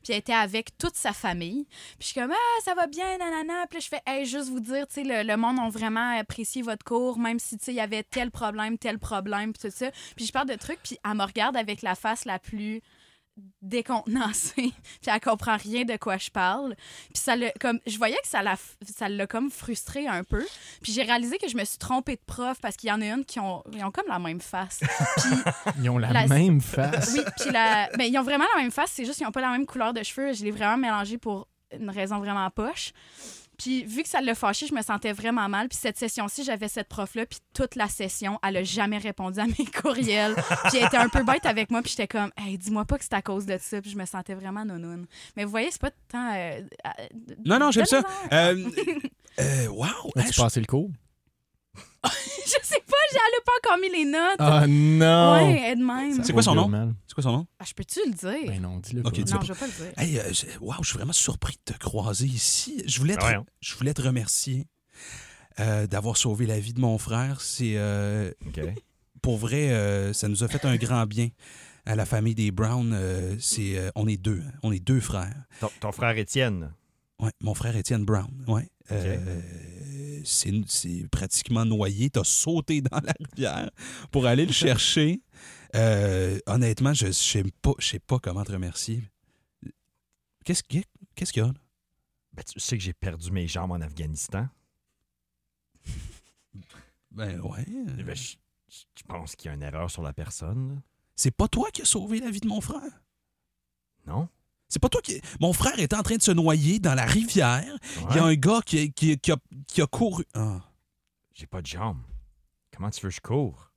[SPEAKER 3] Puis elle était avec toute sa famille. Puis je suis comme ah ça va bien nanana. Puis là, je fais hey juste vous dire tu sais le, le monde ont vraiment apprécié votre cours même si tu sais il y avait tel problème tel problème puis tout ça. Puis je parle de trucs puis elle me regarde avec la face la plus décontenancée. puis elle comprend rien de quoi je parle. Puis ça l'a comme je voyais que ça l'a ça l'a comme frustré un peu. Puis j'ai réalisé que je me suis trompée de prof parce qu'il y en a une qui ont ils ont comme la même face.
[SPEAKER 5] Ils ont la,
[SPEAKER 3] La-
[SPEAKER 5] même face.
[SPEAKER 3] Oui, puis la ben, ils ont vraiment la même face, c'est juste qu'ils ont pas la même couleur de cheveux, je l'ai vraiment mélangé pour une raison vraiment poche. Puis vu que ça l'a fâché, je me sentais vraiment mal. Puis cette session-ci, j'avais cette prof-là, puis toute la session, elle a jamais répondu à mes courriels. puis elle était un peu bête avec moi, puis j'étais comme, hey, dis-moi pas que c'est à cause de ça. Puis je me sentais vraiment nounoune. Mais vous voyez, c'est pas tant. euh, euh,
[SPEAKER 1] Non, non, j'aime ça.
[SPEAKER 3] donne-moi
[SPEAKER 1] Euh, euh, wow! hein,
[SPEAKER 5] As-tu
[SPEAKER 1] je-
[SPEAKER 5] passé le cours?
[SPEAKER 3] Je sais pas, j'ai- elle a pas encore mis les notes.
[SPEAKER 5] Ah non!
[SPEAKER 3] Ouais, elle de même.
[SPEAKER 1] C'est quoi son nom?
[SPEAKER 5] Ben
[SPEAKER 1] C'est quoi son nom?
[SPEAKER 3] Ah, je peux-tu le dire?
[SPEAKER 5] non, dis-le.
[SPEAKER 1] Ok,
[SPEAKER 5] Ben, pas.
[SPEAKER 1] dis-
[SPEAKER 3] non, je vais pas le dire.
[SPEAKER 1] Hey, euh, je- wow, je suis vraiment surpris de te croiser ici. Je voulais te,
[SPEAKER 10] Ouais, hein.
[SPEAKER 1] je voulais te remercier euh, d'avoir sauvé la vie de mon frère. C'est euh,
[SPEAKER 2] OK.
[SPEAKER 1] pour vrai, euh, ça nous a fait un grand bien à la famille des Brown. euh, c'est, euh, on est deux, hein. on est deux frères.
[SPEAKER 2] Ton, ton frère Étienne.
[SPEAKER 1] Ouais, mon frère Étienne Brown. Ouais. Euh, c'est, c'est pratiquement noyé. T'as sauté dans la rivière pour aller le chercher. Euh, honnêtement, je je sais pas, je sais pas comment te remercier. Qu'est-ce qu'il y a- qu'est-ce qu'il y a? là?
[SPEAKER 2] Ben, tu sais que j'ai perdu mes jambes en Afghanistan.
[SPEAKER 1] Ben ouais.
[SPEAKER 2] Eh ben, je, je- je pense qu'il y a une erreur sur la personne.
[SPEAKER 1] C'est pas toi qui as sauvé la vie de mon frère.
[SPEAKER 2] là. Non?
[SPEAKER 1] C'est pas toi qui. Mon frère était en train de se noyer dans la rivière. Il y a
[SPEAKER 2] Ouais.
[SPEAKER 1] un gars qui, qui- qui a, qui a couru. Ah.
[SPEAKER 2] J'ai pas de jambes. Comment tu veux que je cours?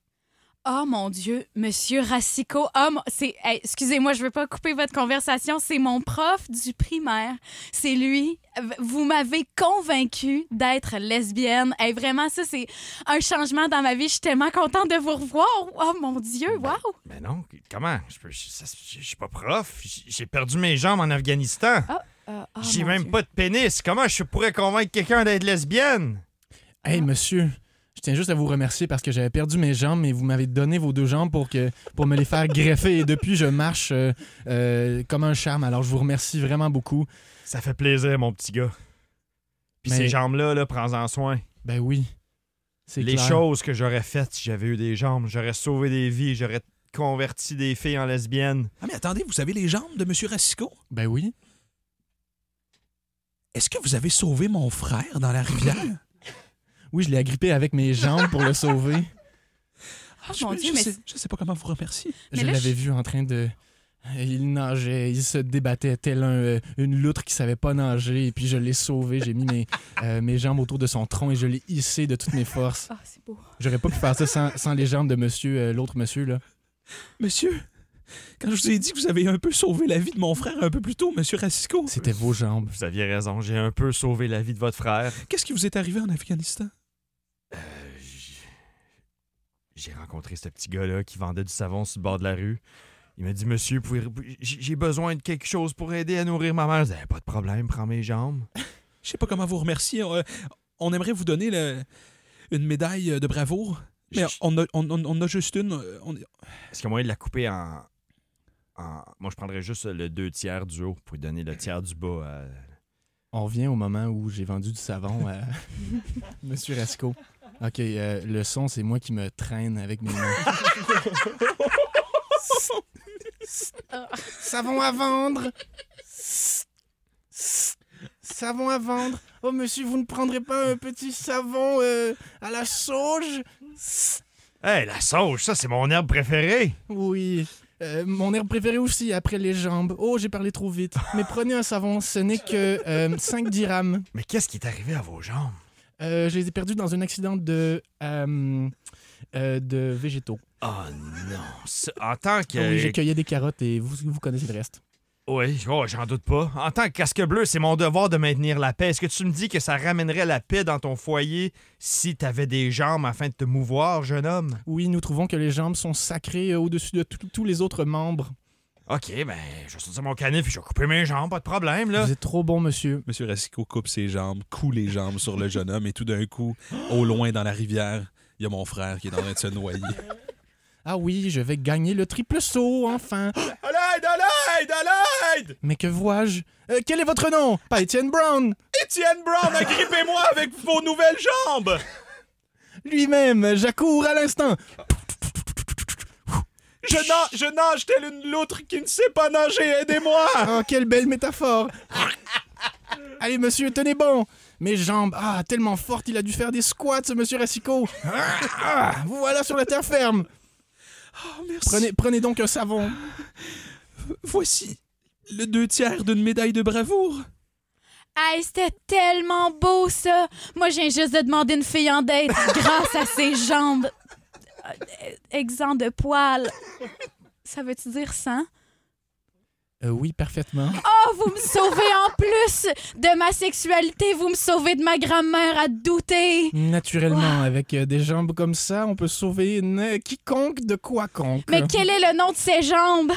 [SPEAKER 3] Oh mon Dieu, Monsieur Rassico, oh, mon- c'est, hey, excusez-moi, je veux pas couper votre conversation, c'est mon prof du primaire, c'est lui. V- Vous m'avez convaincue d'être lesbienne. Hey, vraiment, ça c'est un changement dans ma vie. Je suis tellement contente de vous revoir. Oh mon Dieu, wow.
[SPEAKER 2] Mais non, comment? Je peux- je- ça- je je suis pas prof. J- J'ai perdu mes jambes en Afghanistan.
[SPEAKER 3] Euh, oh,
[SPEAKER 2] J'ai
[SPEAKER 3] mon
[SPEAKER 2] même
[SPEAKER 3] Dieu.
[SPEAKER 2] pas de pénis. Comment je pourrais convaincre quelqu'un d'être lesbienne?
[SPEAKER 5] Hey, monsieur, je tiens juste à vous remercier parce que j'avais perdu mes jambes, mais vous m'avez donné vos deux jambes pour, que, pour me les faire greffer. Et depuis, je marche euh, euh, comme un charme. Alors, je vous remercie vraiment beaucoup.
[SPEAKER 2] Ça fait plaisir, mon petit gars. Puis
[SPEAKER 5] Mais-
[SPEAKER 2] ces jambes-là, là, prends-en soin.
[SPEAKER 5] Ben oui. C'est
[SPEAKER 2] Les
[SPEAKER 5] clair.
[SPEAKER 2] choses que j'aurais faites si j'avais eu des jambes, j'aurais sauvé des vies, j'aurais converti des filles en lesbiennes.
[SPEAKER 1] Ah, mais attendez, vous savez les jambes de M. Rassico?
[SPEAKER 5] Ben oui.
[SPEAKER 1] Est-ce que vous avez sauvé mon frère dans la rivière?
[SPEAKER 5] Oui, je l'ai agrippé avec mes jambes pour le sauver.
[SPEAKER 1] Ah,
[SPEAKER 3] mon
[SPEAKER 1] je,
[SPEAKER 3] Dieu,
[SPEAKER 1] je
[SPEAKER 3] mais
[SPEAKER 1] sais, je sais pas comment vous remercier.
[SPEAKER 3] Mais
[SPEAKER 5] je
[SPEAKER 3] là,
[SPEAKER 5] l'avais
[SPEAKER 3] je-
[SPEAKER 5] vu en train de. Il nageait, il se débattait tel un, euh, une loutre qui savait pas nager. Et puis je l'ai sauvé, j'ai mis mes, euh, mes jambes autour de son tronc et je l'ai hissé de toutes mes forces.
[SPEAKER 3] Ah, c'est beau.
[SPEAKER 5] J'aurais pas pu faire ça sans, sans les jambes de monsieur, euh, l'autre monsieur là.
[SPEAKER 1] Monsieur, quand je vous ai dit que vous avez un peu sauvé la vie de mon frère un peu plus tôt, M. Rassico,
[SPEAKER 5] C'était vos jambes.
[SPEAKER 2] Vous aviez raison, j'ai un peu sauvé la vie de votre frère.
[SPEAKER 1] qu'est-ce qui vous est arrivé en Afghanistan?
[SPEAKER 2] Euh, j- J'ai rencontré ce petit gars-là qui vendait du savon sur le bord de la rue. Il m'a dit, monsieur, pouvez- j- j'ai besoin de quelque chose pour aider à nourrir ma mère. Je disais, "Eh, pas de problème, prends mes jambes.
[SPEAKER 1] Je sais pas comment vous remercier. On, euh, on aimerait vous donner le- une médaille euh, de bravoure, mais
[SPEAKER 2] Je-
[SPEAKER 1] on a, on- on- on a juste une. euh, on-
[SPEAKER 2] Est-ce qu'il y a moyen de la couper en. en- Moi, je prendrais juste le deux tiers du haut pour lui donner le tiers du bas. à-
[SPEAKER 5] On revient au moment où j'ai vendu du savon à monsieur Rasco. Ok, euh, le son, c'est moi qui me traîne avec mes mains. Savon à vendre! Savon à vendre! Oh monsieur, vous ne prendrez pas un petit savon euh, à la sauge?
[SPEAKER 2] Hey, la sauge, ça, c'est mon herbe préférée!
[SPEAKER 5] Oui. Euh, mon herbe préférée aussi, après les jambes. Oh, j'ai parlé trop vite. Mais prenez un savon, ce n'est que 5 dirhams.
[SPEAKER 2] Mais qu'est-ce qui est arrivé à vos jambes?
[SPEAKER 5] Euh, je les ai perdus dans un accident de. euh, euh, de végétaux. Ah
[SPEAKER 2] Oh non. Ça- En tant que.
[SPEAKER 5] Oui, j'ai cueilli des carottes et vous, vous connaissez le reste.
[SPEAKER 2] Oui, oh, j'en doute pas. En tant que casque bleu, c'est mon devoir de maintenir la paix. Est-ce que tu me dis que ça ramènerait la paix dans ton foyer si t'avais des jambes afin de te mouvoir, jeune homme?
[SPEAKER 5] Oui, nous trouvons que les jambes sont sacrées euh, au-dessus de tout- tous les autres membres.
[SPEAKER 2] Ok, ben, je vais sortir mon canif et je vais couper mes jambes, pas de problème, là.
[SPEAKER 5] Vous êtes trop bon, monsieur.
[SPEAKER 1] Monsieur Rasico coupe ses jambes, coule les jambes sur le jeune homme et tout d'un coup, au loin dans la rivière, il y a mon frère qui est en train de se noyer.
[SPEAKER 5] Ah oui, je vais gagner le triple saut, enfin.
[SPEAKER 2] À l'aide, à l'aide, à l'aide!
[SPEAKER 5] Mais que vois-je Euh, Quel est votre nom Pas Étienne Brown
[SPEAKER 1] Étienne Brown, agrippez-moi avec vos nouvelles jambes!
[SPEAKER 5] Lui-même, j'accours à l'instant.
[SPEAKER 1] Je, na- je nage telle une loutre qui ne sait pas nager, aidez-moi!
[SPEAKER 5] Oh, quelle belle métaphore Allez, monsieur, tenez bon Mes jambes, ah, tellement fortes, il a dû faire des squats, ce monsieur Racicot Ah, Vous voilà sur la terre ferme Oh,
[SPEAKER 1] merci.
[SPEAKER 5] Prenez, prenez donc un savon.
[SPEAKER 1] Voici le deux tiers d'une médaille de bravoure.
[SPEAKER 8] Hey, c'était tellement beau, ça! Moi, j'ai juste de demander une fille en date grâce à ses jambes euh, euh, exemptes de poils.
[SPEAKER 3] Ça veut-tu dire sans?
[SPEAKER 5] Euh, oui, parfaitement.
[SPEAKER 8] Oh, vous me sauvez en plus de ma sexualité, vous me sauvez de ma grand-mère à douter.
[SPEAKER 5] Naturellement, avec euh, des jambes comme ça, on peut sauver une- quiconque de quoiconque.
[SPEAKER 8] Mais quel est le nom de ses jambes?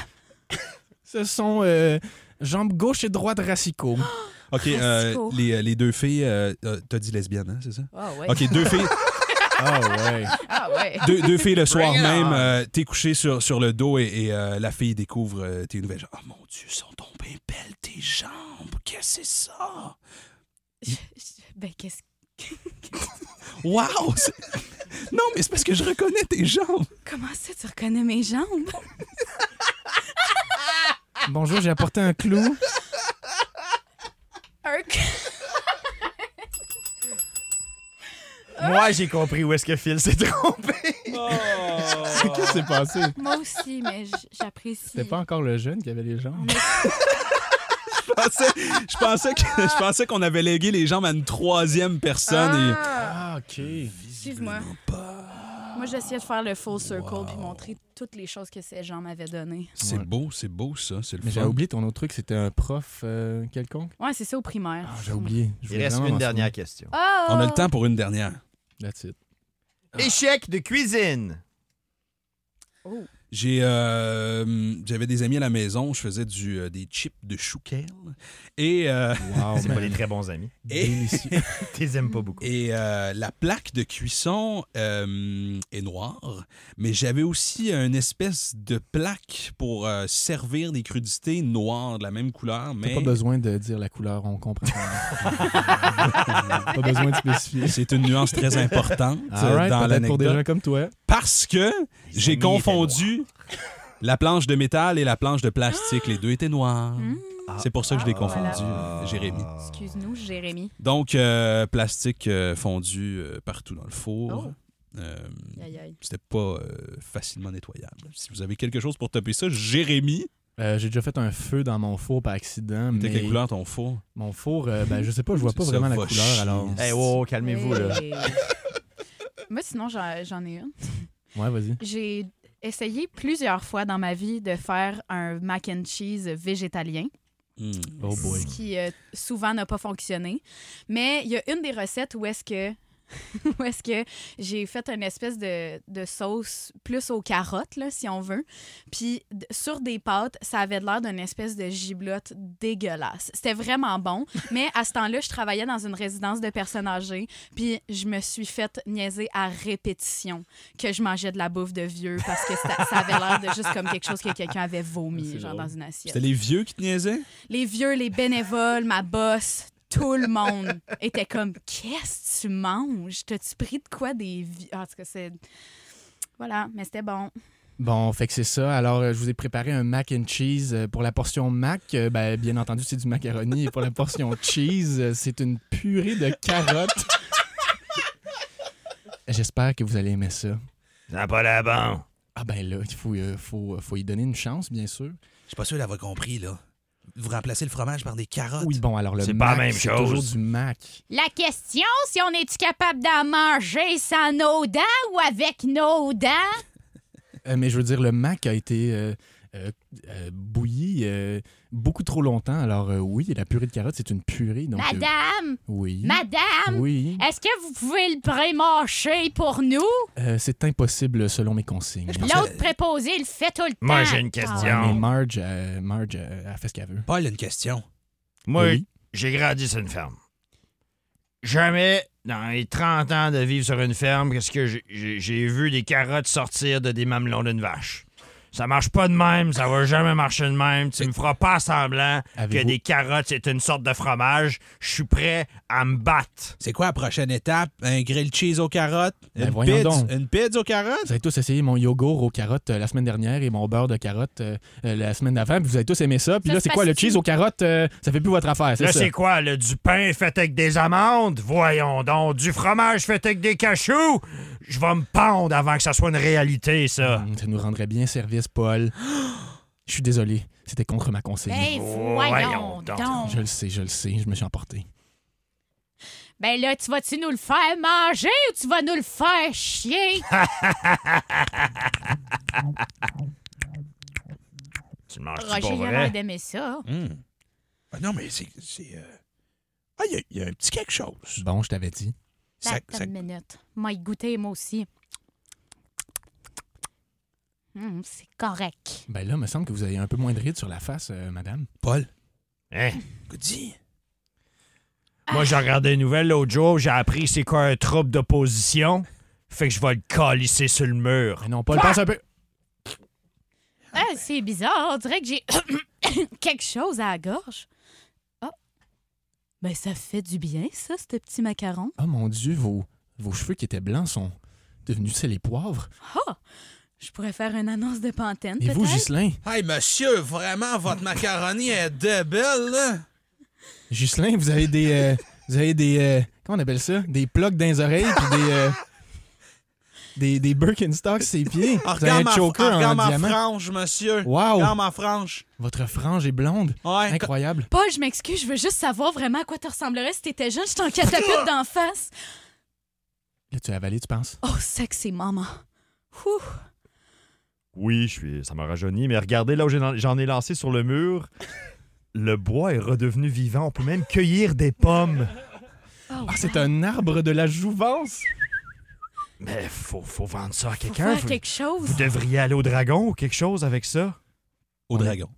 [SPEAKER 5] Ce sont euh, jambes gauche et droite Racicot.
[SPEAKER 1] Ok, euh,
[SPEAKER 8] Racicot.
[SPEAKER 1] les, les deux filles, euh, euh, t'as dit lesbienne, hein, c'est ça?
[SPEAKER 3] Ah ouais.
[SPEAKER 1] Ok, deux filles,
[SPEAKER 5] Ah ouais.
[SPEAKER 3] Ah ouais.
[SPEAKER 1] deux, deux filles le soir
[SPEAKER 4] Bring it
[SPEAKER 1] même,
[SPEAKER 4] on.
[SPEAKER 1] euh, t'es couché sur, sur le dos et, et, euh, la fille découvre euh, tes nouvelles jambes. Oh mon Dieu, sont tombées belles tes jambes, qu'est-ce que c'est ça?
[SPEAKER 3] Ben, qu'est-ce
[SPEAKER 1] Wow! c'est- Non, mais c'est parce que je reconnais tes jambes.
[SPEAKER 3] Comment ça, tu reconnais mes jambes?
[SPEAKER 5] Bonjour, j'ai apporté un clou.
[SPEAKER 2] Moi, j'ai compris où est-ce que Phil s'est trompé.
[SPEAKER 5] Qu'est-ce qui s'est passé?
[SPEAKER 3] Moi aussi, mais j- j'apprécie.
[SPEAKER 5] C'était pas encore le jeune qui avait les jambes.
[SPEAKER 1] Je pensais, je pensais que- je pensais qu'on avait légué les jambes à une troisième personne.
[SPEAKER 5] Ah, ok.
[SPEAKER 3] Excuse-moi.
[SPEAKER 4] Ah.
[SPEAKER 3] Moi, j'essayais de faire le full circle puis montrer toutes les choses que ces gens m'avaient données.
[SPEAKER 1] et C'est
[SPEAKER 5] Ouais.
[SPEAKER 1] beau, c'est beau ça, c'est le
[SPEAKER 5] Mais
[SPEAKER 1] fun.
[SPEAKER 5] j'avais oublié ton autre truc, c'était un prof euh, quelconque.
[SPEAKER 3] Ouais, c'est ça au primaire.
[SPEAKER 5] Ah, j'ai oublié. Je
[SPEAKER 2] Il
[SPEAKER 5] voulais
[SPEAKER 2] reste
[SPEAKER 5] vraiment
[SPEAKER 2] une
[SPEAKER 5] m'en
[SPEAKER 2] dernière question.
[SPEAKER 8] Oh!
[SPEAKER 4] Ah.
[SPEAKER 1] On a le temps pour une dernière.
[SPEAKER 5] souvenir. That's it.
[SPEAKER 2] Ah. Échec de cuisine.
[SPEAKER 1] J'ai, euh, j'avais des amis à la maison, je faisais du, euh, des chips de chou kale. Et, euh,
[SPEAKER 5] Wow,
[SPEAKER 2] C'est pas des très bons amis.
[SPEAKER 1] et-
[SPEAKER 5] délicieux.
[SPEAKER 2] T'es aimes pas beaucoup.
[SPEAKER 1] et euh, la plaque de cuisson euh, est noire, mais j'avais aussi une espèce de plaque pour euh, servir des crudités noires de la même couleur,
[SPEAKER 5] T'as
[SPEAKER 1] mais
[SPEAKER 5] pas besoin de dire la couleur, on comprend. pas besoin de spécifier.
[SPEAKER 1] c'est une nuance très importante euh,
[SPEAKER 5] Alright,
[SPEAKER 1] dans
[SPEAKER 5] peut-être
[SPEAKER 1] l'anecdote.
[SPEAKER 5] pour des gens comme toi.
[SPEAKER 1] Parce que
[SPEAKER 2] Les
[SPEAKER 1] j'ai
[SPEAKER 2] amis
[SPEAKER 1] confondu la planche de métal et la planche de plastique. Les deux étaient noires.
[SPEAKER 3] Hmm.
[SPEAKER 1] C'est pour ça que je les
[SPEAKER 3] Ah,
[SPEAKER 1] confondu,
[SPEAKER 2] voilà.
[SPEAKER 1] Jérémy.
[SPEAKER 3] Excuse-nous, Jérémy.
[SPEAKER 1] Donc, euh, plastique euh, fondu euh, partout dans le four. Euh,
[SPEAKER 3] Aïe, aïe.
[SPEAKER 1] C'était pas euh, facilement nettoyable. Si vous avez quelque chose pour taper ça, Jérémy,
[SPEAKER 5] Euh, j'ai déjà fait un feu dans mon four par accident,
[SPEAKER 1] t'as
[SPEAKER 5] mais
[SPEAKER 1] quelle couleur ton four?
[SPEAKER 5] mon four, euh, ben, je sais pas, je vois pas
[SPEAKER 1] Ça
[SPEAKER 5] vraiment la
[SPEAKER 1] va
[SPEAKER 5] couleur.
[SPEAKER 1] chier.
[SPEAKER 5] Alors,
[SPEAKER 2] Hey, wow, wow, calmez-vous, là.
[SPEAKER 3] Hey. Moi, sinon, j'en j'en ai une.
[SPEAKER 5] ouais, vas-y.
[SPEAKER 3] J'ai essayé plusieurs fois dans ma vie de faire un mac and cheese végétalien.
[SPEAKER 1] Hmm.
[SPEAKER 5] Oh boy.
[SPEAKER 3] ce qui euh, souvent n'a pas fonctionné. Mais il y a une des recettes où est-ce que où est-ce que j'ai fait une espèce de, de sauce plus aux carottes, là, si on veut. Puis d- sur des pâtes, ça avait l'air d'une espèce de giblotte dégueulasse. C'était vraiment bon, mais à ce temps-là, je travaillais dans une résidence de personnes âgées, puis je me suis faite niaiser à répétition que je mangeais de la bouffe de vieux parce que ça, ça avait l'air de juste comme quelque chose que quelqu'un avait vomi,
[SPEAKER 5] Ah, C'est
[SPEAKER 3] genre
[SPEAKER 5] drôle.
[SPEAKER 3] dans une assiette
[SPEAKER 1] C'était les vieux qui te niaisaient?
[SPEAKER 3] les vieux, les bénévoles, ma boss, tout le monde était comme Qu'est-ce que tu manges T'as-tu pris de quoi des vieux En tout cas, c'est. Voilà, mais c'était bon.
[SPEAKER 5] Bon, fait que c'est ça. Alors, euh, je vous ai préparé un mac and cheese. Euh, Pour la portion mac, euh, ben, bien entendu, c'est du macaroni. Et pour la portion cheese, euh, c'est une purée de carottes. J'espère que vous allez aimer ça.
[SPEAKER 10] Ça pas la bon.
[SPEAKER 5] Ah ben là, il faut, euh, faut, faut y euh, donner une chance, bien sûr.
[SPEAKER 1] Je suis pas sûr d'avoir compris, là. Vous remplacez le fromage par des carottes.
[SPEAKER 5] Oui, bon, alors le
[SPEAKER 10] C'est
[SPEAKER 5] Mac,
[SPEAKER 10] pas la même
[SPEAKER 5] c'est
[SPEAKER 10] chose.
[SPEAKER 5] toujours du Mac.
[SPEAKER 8] La question, si on est-tu capable d'en manger sans nos dents ou avec nos dents?
[SPEAKER 5] Euh, mais je veux dire, le Mac a été euh, euh, euh, bouilli euh, beaucoup trop longtemps. Alors euh, oui, la purée de carottes, c'est une purée. Donc, euh,
[SPEAKER 8] Madame,
[SPEAKER 5] oui.
[SPEAKER 8] madame,
[SPEAKER 5] Oui.
[SPEAKER 8] est-ce que vous pouvez le pré-mâcher pour nous?
[SPEAKER 5] Euh, c'est impossible selon mes consignes.
[SPEAKER 8] L'autre préposé le fait tout le temps.
[SPEAKER 10] Moi, j'ai une question.
[SPEAKER 5] Ouais,
[SPEAKER 2] Ah,
[SPEAKER 5] mais Marge, euh, Marge euh, elle fait ce qu'elle veut.
[SPEAKER 1] Paul a une question.
[SPEAKER 10] Moi,
[SPEAKER 5] Oui.
[SPEAKER 10] j'ai grandi sur une ferme. Jamais, dans les 30 ans de vivre sur une ferme, qu'est-ce que j'ai- j'ai j'ai vu des carottes sortir de des mamelons d'une vache. Ça marche pas de même, ça va jamais marcher de même. Tu me feras pas semblant que
[SPEAKER 5] Avez-vous-
[SPEAKER 10] des carottes, c'est une sorte de fromage. Je suis prêt à me battre.
[SPEAKER 1] C'est quoi la prochaine étape? Un grilled cheese aux carottes?
[SPEAKER 5] Ben
[SPEAKER 1] une,
[SPEAKER 5] voyons
[SPEAKER 1] pizza,
[SPEAKER 5] donc.
[SPEAKER 1] une pizza aux carottes?
[SPEAKER 5] Vous avez tous essayé mon yogourt aux carottes euh, la semaine dernière et mon beurre de carottes euh, euh, la semaine d'avant, puis vous avez tous aimé ça. Puis
[SPEAKER 8] Ça
[SPEAKER 5] là,
[SPEAKER 8] se
[SPEAKER 5] c'est quoi le
[SPEAKER 8] pacifie.
[SPEAKER 5] cheese aux carottes euh, Ça fait plus votre affaire, c'est
[SPEAKER 10] Là,
[SPEAKER 5] ça
[SPEAKER 10] c'est quoi, le du pain fait avec des amandes? Voyons donc, du fromage fait avec des cachous? Je vais me pendre avant que ça soit une réalité, ça.
[SPEAKER 5] Hum, Ça nous rendrait bien service, Paul. Je suis désolé, c'était contre ma consigne.
[SPEAKER 8] Ben,
[SPEAKER 10] Voyons
[SPEAKER 8] voyons
[SPEAKER 10] donc.
[SPEAKER 8] donc.
[SPEAKER 5] Je le sais, je le sais, je me suis emporté.
[SPEAKER 8] Ben là, tu vas-tu nous le faire manger ou tu vas nous le faire chier?
[SPEAKER 10] Tu le manges-tu
[SPEAKER 8] Roger,
[SPEAKER 10] pour
[SPEAKER 8] il a
[SPEAKER 10] vrai?
[SPEAKER 8] l'air d'aimer ça.
[SPEAKER 1] Hmm. Ah non, mais c'est. c'est, euh, Ah, il y a- il y, a un petit quelque chose.
[SPEAKER 5] Bon, je t'avais dit.
[SPEAKER 1] Ça-
[SPEAKER 8] Attends
[SPEAKER 1] ça-
[SPEAKER 8] une minute. Moi, il goûtait, moi aussi. Hum, c'est correct.
[SPEAKER 5] Ben là, me semble que vous avez un peu moins de rides sur la face, euh, madame.
[SPEAKER 1] Paul,
[SPEAKER 10] Hein?
[SPEAKER 1] dis.
[SPEAKER 10] Moi, j'ai regardé les nouvelles l'autre jour, j'ai appris c'est quoi un trouble d'opposition. Fait que je vais le calisser sur le mur.
[SPEAKER 5] Mais non, Paul, pense un peu.
[SPEAKER 8] Ah, c'est bizarre. On dirait que j'ai quelque chose à la gorge. Ah. Ben, ça fait du bien, ça, ce petit macaron.
[SPEAKER 5] Oh mon Dieu, vos, vos cheveux qui étaient blancs sont devenus sel et poivre.
[SPEAKER 8] Je pourrais faire une annonce de Pantene,
[SPEAKER 5] Et vous,
[SPEAKER 8] peut-être?
[SPEAKER 5] Ghislain
[SPEAKER 1] Hey, monsieur, vraiment, votre macaroni est de belle, là.
[SPEAKER 5] Ghislain, vous avez des. euh, vous avez des. euh, comment on appelle ça Des plugs dans les oreilles, puis des. euh, des, des Birkenstocks ses pieds.
[SPEAKER 1] Ah,
[SPEAKER 5] Vous avez
[SPEAKER 1] regarde ma,
[SPEAKER 5] un choker
[SPEAKER 1] ah,
[SPEAKER 5] en
[SPEAKER 1] regarde ma
[SPEAKER 5] diamant.
[SPEAKER 1] frange, monsieur.
[SPEAKER 5] Wow
[SPEAKER 1] Regarde ma frange.
[SPEAKER 5] Votre frange est blonde.
[SPEAKER 1] Ouais.
[SPEAKER 5] Incroyable.
[SPEAKER 8] Paul, je m'excuse, je veux juste savoir vraiment à quoi tu ressemblerais si t'étais jeune. Je t'en catapulte d'en face.
[SPEAKER 5] Là, tu as avalé, tu penses
[SPEAKER 8] Oh, sexy, maman. Ouh.
[SPEAKER 2] Oui, je suis, ça m'a rajeuni, mais regardez là où j'ai- j'en ai lancé sur le mur. Le bois est redevenu vivant. On peut même cueillir des pommes.
[SPEAKER 8] Oh,
[SPEAKER 5] Ah, c'est un arbre de la jouvence
[SPEAKER 2] Mais faut, faut vendre ça à
[SPEAKER 8] faut
[SPEAKER 2] quelqu'un.
[SPEAKER 8] faire
[SPEAKER 2] Vous,
[SPEAKER 8] quelque chose.
[SPEAKER 2] vous devriez aller au dragon ou quelque chose avec ça.
[SPEAKER 1] Au dragon.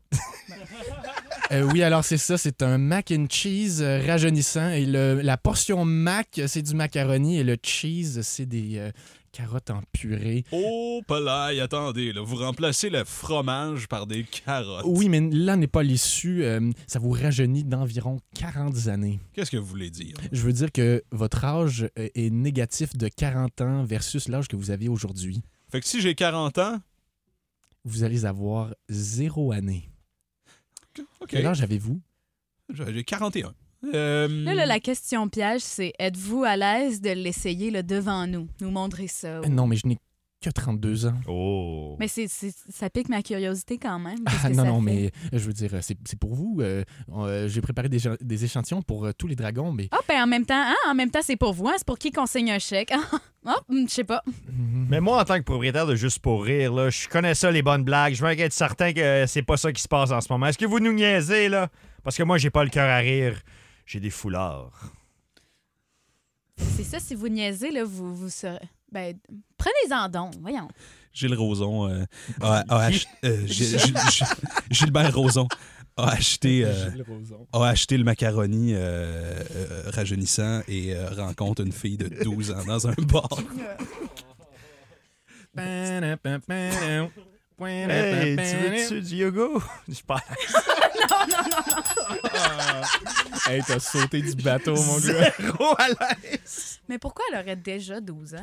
[SPEAKER 5] Euh, Oui, alors c'est ça, c'est un mac and cheese euh, rajeunissant. Et le- la portion mac, euh, c'est du macaroni, et le cheese, c'est des euh, carottes en purée.
[SPEAKER 1] Oh, Polaï, attendez, là. Vous remplacez le fromage par des carottes.
[SPEAKER 5] Oui, mais là n'est pas l'issue. euh, ça vous rajeunit d'environ 40 années.
[SPEAKER 1] Qu'est-ce que vous voulez dire?
[SPEAKER 5] Je veux dire que votre âge euh, est négatif de 40 ans versus l'âge que vous avez aujourd'hui.
[SPEAKER 1] Fait que si j'ai 40 ans.
[SPEAKER 5] Vous allez avoir zéro année.
[SPEAKER 1] OK.
[SPEAKER 5] Quel âge avez-vous?
[SPEAKER 1] J'ai 41. Euh,
[SPEAKER 3] Là, là, la question piège, c'est êtes-vous à l'aise de l'essayer là, devant nous, nous montrer ça?
[SPEAKER 5] Euh, Non, mais je n'ai que 32 ans.
[SPEAKER 2] Oh.
[SPEAKER 3] Mais c'est, c'est- ça pique ma curiosité quand même. qu'est-ce
[SPEAKER 5] Ah,
[SPEAKER 3] que
[SPEAKER 5] non,
[SPEAKER 3] ça
[SPEAKER 5] non,
[SPEAKER 3] fait?
[SPEAKER 5] mais euh, je veux dire, euh, c'est c'est pour vous. euh, on, euh, J'ai préparé des, gens- des échantillons pour euh, tous les dragons, mais...
[SPEAKER 3] Ah, ben en même temps, hein, en même temps, c'est pour vous, hein, c'est pour qui qu'on signe un chèque. Ah, hum, je sais pas.
[SPEAKER 5] Mhm.
[SPEAKER 2] Mais moi, en tant que propriétaire de Juste pour rire, là, je connais ça, les bonnes blagues. Je veux être certain que euh, c'est pas ça qui se passe en ce moment. Est-ce que vous nous niaisez, là? Parce que moi, j'ai pas le cœur à rire. J'ai des foulards.
[SPEAKER 3] C'est ça, si vous niaisez, là, vous, vous serez. Ben, prenez-en donc, voyons.
[SPEAKER 1] Gilles Roson. euh, a, a ach- euh, Gilles- Gilles- Gilles- Gilbert Roson a acheté. euh, a acheté le macaroni euh, euh, rajeunissant et euh, rencontre une fille de 12 ans dans un bar.
[SPEAKER 2] Eh, Hey, tu veux-tu du yoga? Je parle.
[SPEAKER 5] Hey, t'as sauté du bateau, mon gars.
[SPEAKER 2] Zéro à l'aise.
[SPEAKER 3] Mais pourquoi elle aurait déjà 12 ans?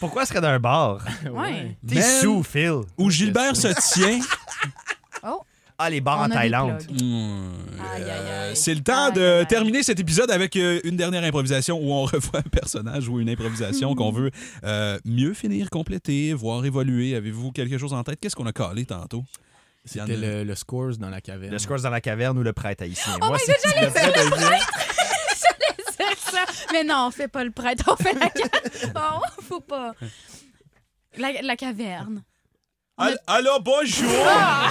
[SPEAKER 2] Pourquoi ce serait d'un bar?
[SPEAKER 3] Ouais.
[SPEAKER 2] T'es
[SPEAKER 1] Ben-
[SPEAKER 2] sous, Phil.
[SPEAKER 1] Où Gilbert se tient.
[SPEAKER 2] Ah, les bars
[SPEAKER 3] On a
[SPEAKER 2] en
[SPEAKER 3] des
[SPEAKER 2] Thaïlande.
[SPEAKER 3] plugs.
[SPEAKER 1] Hmm,
[SPEAKER 3] Aïe, aïe,
[SPEAKER 1] euh,
[SPEAKER 3] aïe.
[SPEAKER 1] C'est le temps
[SPEAKER 3] Aïe,
[SPEAKER 1] de
[SPEAKER 3] aïe, aïe.
[SPEAKER 1] terminer cet épisode avec euh, une dernière improvisation où on revoit un personnage ou une improvisation qu'on veut euh, mieux finir, compléter, voir évoluer. Avez-vous quelque chose en tête? Qu'est-ce qu'on a calé tantôt? Il y en a-
[SPEAKER 5] C'était le, le Scores dans la caverne.
[SPEAKER 2] Le Squares dans la caverne ou le prêtre haïtien.
[SPEAKER 3] Oh
[SPEAKER 2] Moi,
[SPEAKER 3] my
[SPEAKER 2] c'est-
[SPEAKER 3] god, j'allais dire le prêtre! J'allais dire ça. Mais non, on fait pas le prêtre, on fait la caverne. Oh, faut pas. La, la caverne.
[SPEAKER 1] Al- Allô, bonjour!
[SPEAKER 3] Ah!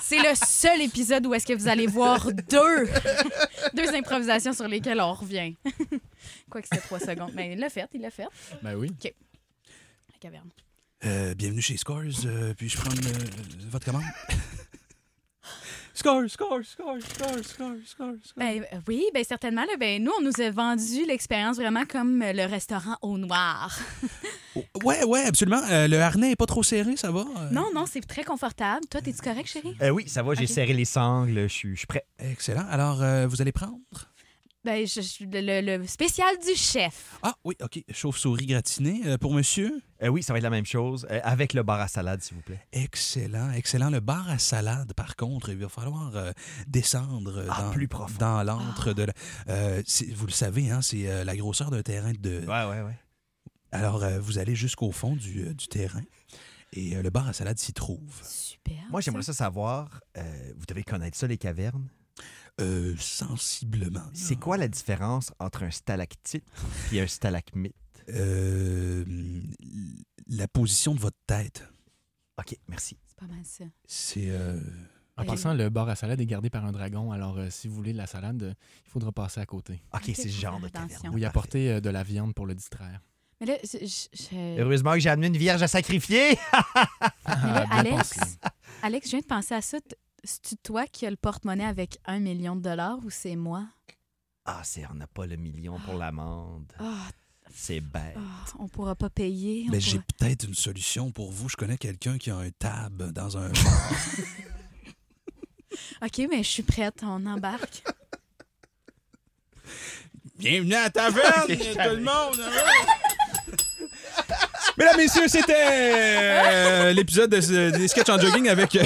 [SPEAKER 3] C'est le seul épisode où est-ce que vous allez voir deux, deux improvisations sur lesquelles on revient. Quoique c'était trois secondes. Mais il l'a fait, il l'a fait.
[SPEAKER 5] Ben oui.
[SPEAKER 3] La caverne.
[SPEAKER 1] Euh, bienvenue chez Scores, euh, puis je prends euh, votre commande. Scores, Scores, Scores, Scores, Scores, Scores, Scores.
[SPEAKER 3] Ben, euh, oui, ben certainement. là, ben, nous, on nous a vendu l'expérience vraiment comme euh, le restaurant au noir.
[SPEAKER 1] Oh, Ouais, ouais, absolument. Euh, le harnais est pas trop serré, ça va? Euh,
[SPEAKER 3] Non, non, c'est très confortable. Toi, t'es-tu correct, chérie?
[SPEAKER 2] Euh, oui, ça va, j'ai
[SPEAKER 3] Ok.
[SPEAKER 2] serré les sangles, je suis je suis prêt.
[SPEAKER 1] Excellent. Alors, euh, vous allez prendre?
[SPEAKER 3] Ben, je, je- le, le spécial du chef.
[SPEAKER 1] Ah oui, ok. Chauve-souris gratinée euh, pour monsieur.
[SPEAKER 2] Euh, oui, ça va être la même chose, euh, avec le bar à salade, s'il vous plaît.
[SPEAKER 1] Excellent, excellent. Le bar à salade, par contre, il va falloir euh, descendre euh,
[SPEAKER 2] Ah,
[SPEAKER 1] dans,
[SPEAKER 2] plus profond.
[SPEAKER 1] dans l'antre de la- euh, c'est- vous le savez, hein, c'est euh, la grosseur d'un terrain de...
[SPEAKER 2] Ouais, ouais, ouais.
[SPEAKER 1] Alors, euh, vous allez jusqu'au fond du, euh, du terrain et euh, le bar à salade s'y trouve.
[SPEAKER 3] Super.
[SPEAKER 2] Moi, j'aimerais ça savoir, euh, vous devez connaître ça, les cavernes.
[SPEAKER 1] Euh, sensiblement.
[SPEAKER 2] C'est quoi la différence entre un stalactite et un stalagmite?
[SPEAKER 1] Euh, la position de votre tête,
[SPEAKER 2] OK, merci.
[SPEAKER 3] C'est pas mal ça. Ben,
[SPEAKER 1] c'est... euh,
[SPEAKER 5] En
[SPEAKER 3] Ok.
[SPEAKER 5] passant, le bar à salade est gardé par un dragon, alors euh, si vous voulez de la salade, euh, il faudra passer à côté.
[SPEAKER 2] OK, c'est ce genre de caverne.
[SPEAKER 3] Attention.
[SPEAKER 5] Ou y
[SPEAKER 2] Parfait.
[SPEAKER 5] apporter euh, de la viande pour le distraire.
[SPEAKER 3] Mais là, je- je- je-
[SPEAKER 2] Heureusement que j'ai amené une vierge à sacrifier.
[SPEAKER 3] Ah, Mais là,
[SPEAKER 5] Ah, bien
[SPEAKER 3] Alex-
[SPEAKER 5] pensé.
[SPEAKER 3] Alex, je viens de penser à ça. T- C'est-tu toi qui as le porte-monnaie avec un million de dollars ou c'est moi?
[SPEAKER 2] Ah, c'est on n'a pas le million pour l'amende.
[SPEAKER 3] Ah,
[SPEAKER 2] C'est bête.
[SPEAKER 3] ah, on pourra pas payer. on
[SPEAKER 1] ben, j'ai
[SPEAKER 3] pourra-
[SPEAKER 1] peut-être une solution pour vous. Je connais quelqu'un qui a un tab dans un...
[SPEAKER 3] OK, mais je suis prête. On embarque.
[SPEAKER 1] Bienvenue à la taverne, tout le monde! hein. Mesdames, messieurs, c'était euh, l'épisode de ce- des sketchs en jogging avec euh,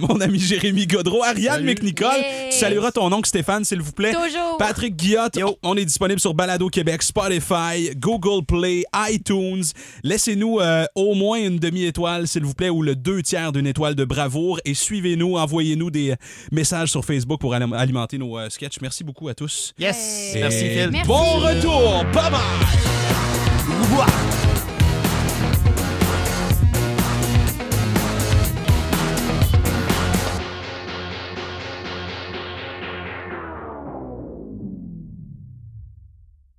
[SPEAKER 1] mon ami Jérémy Godreau, Ariane McNicol.
[SPEAKER 3] Yay!
[SPEAKER 1] Tu salueras ton oncle Stéphane, s'il vous plaît.
[SPEAKER 3] Toujours.
[SPEAKER 1] Patrick Guillotte, on est disponible sur Balado Québec, Spotify, Google Play, iTunes. Laissez-nous euh, au moins une demi-étoile, s'il vous plaît, ou le deux tiers d'une étoile de bravoure. Et suivez-nous, envoyez-nous des euh, messages sur Facebook pour alim- alimenter nos euh, sketchs. Merci beaucoup à tous.
[SPEAKER 2] Yes!
[SPEAKER 1] Et
[SPEAKER 2] Merci, Phil.
[SPEAKER 3] Merci.
[SPEAKER 1] Bon retour! Bye bye!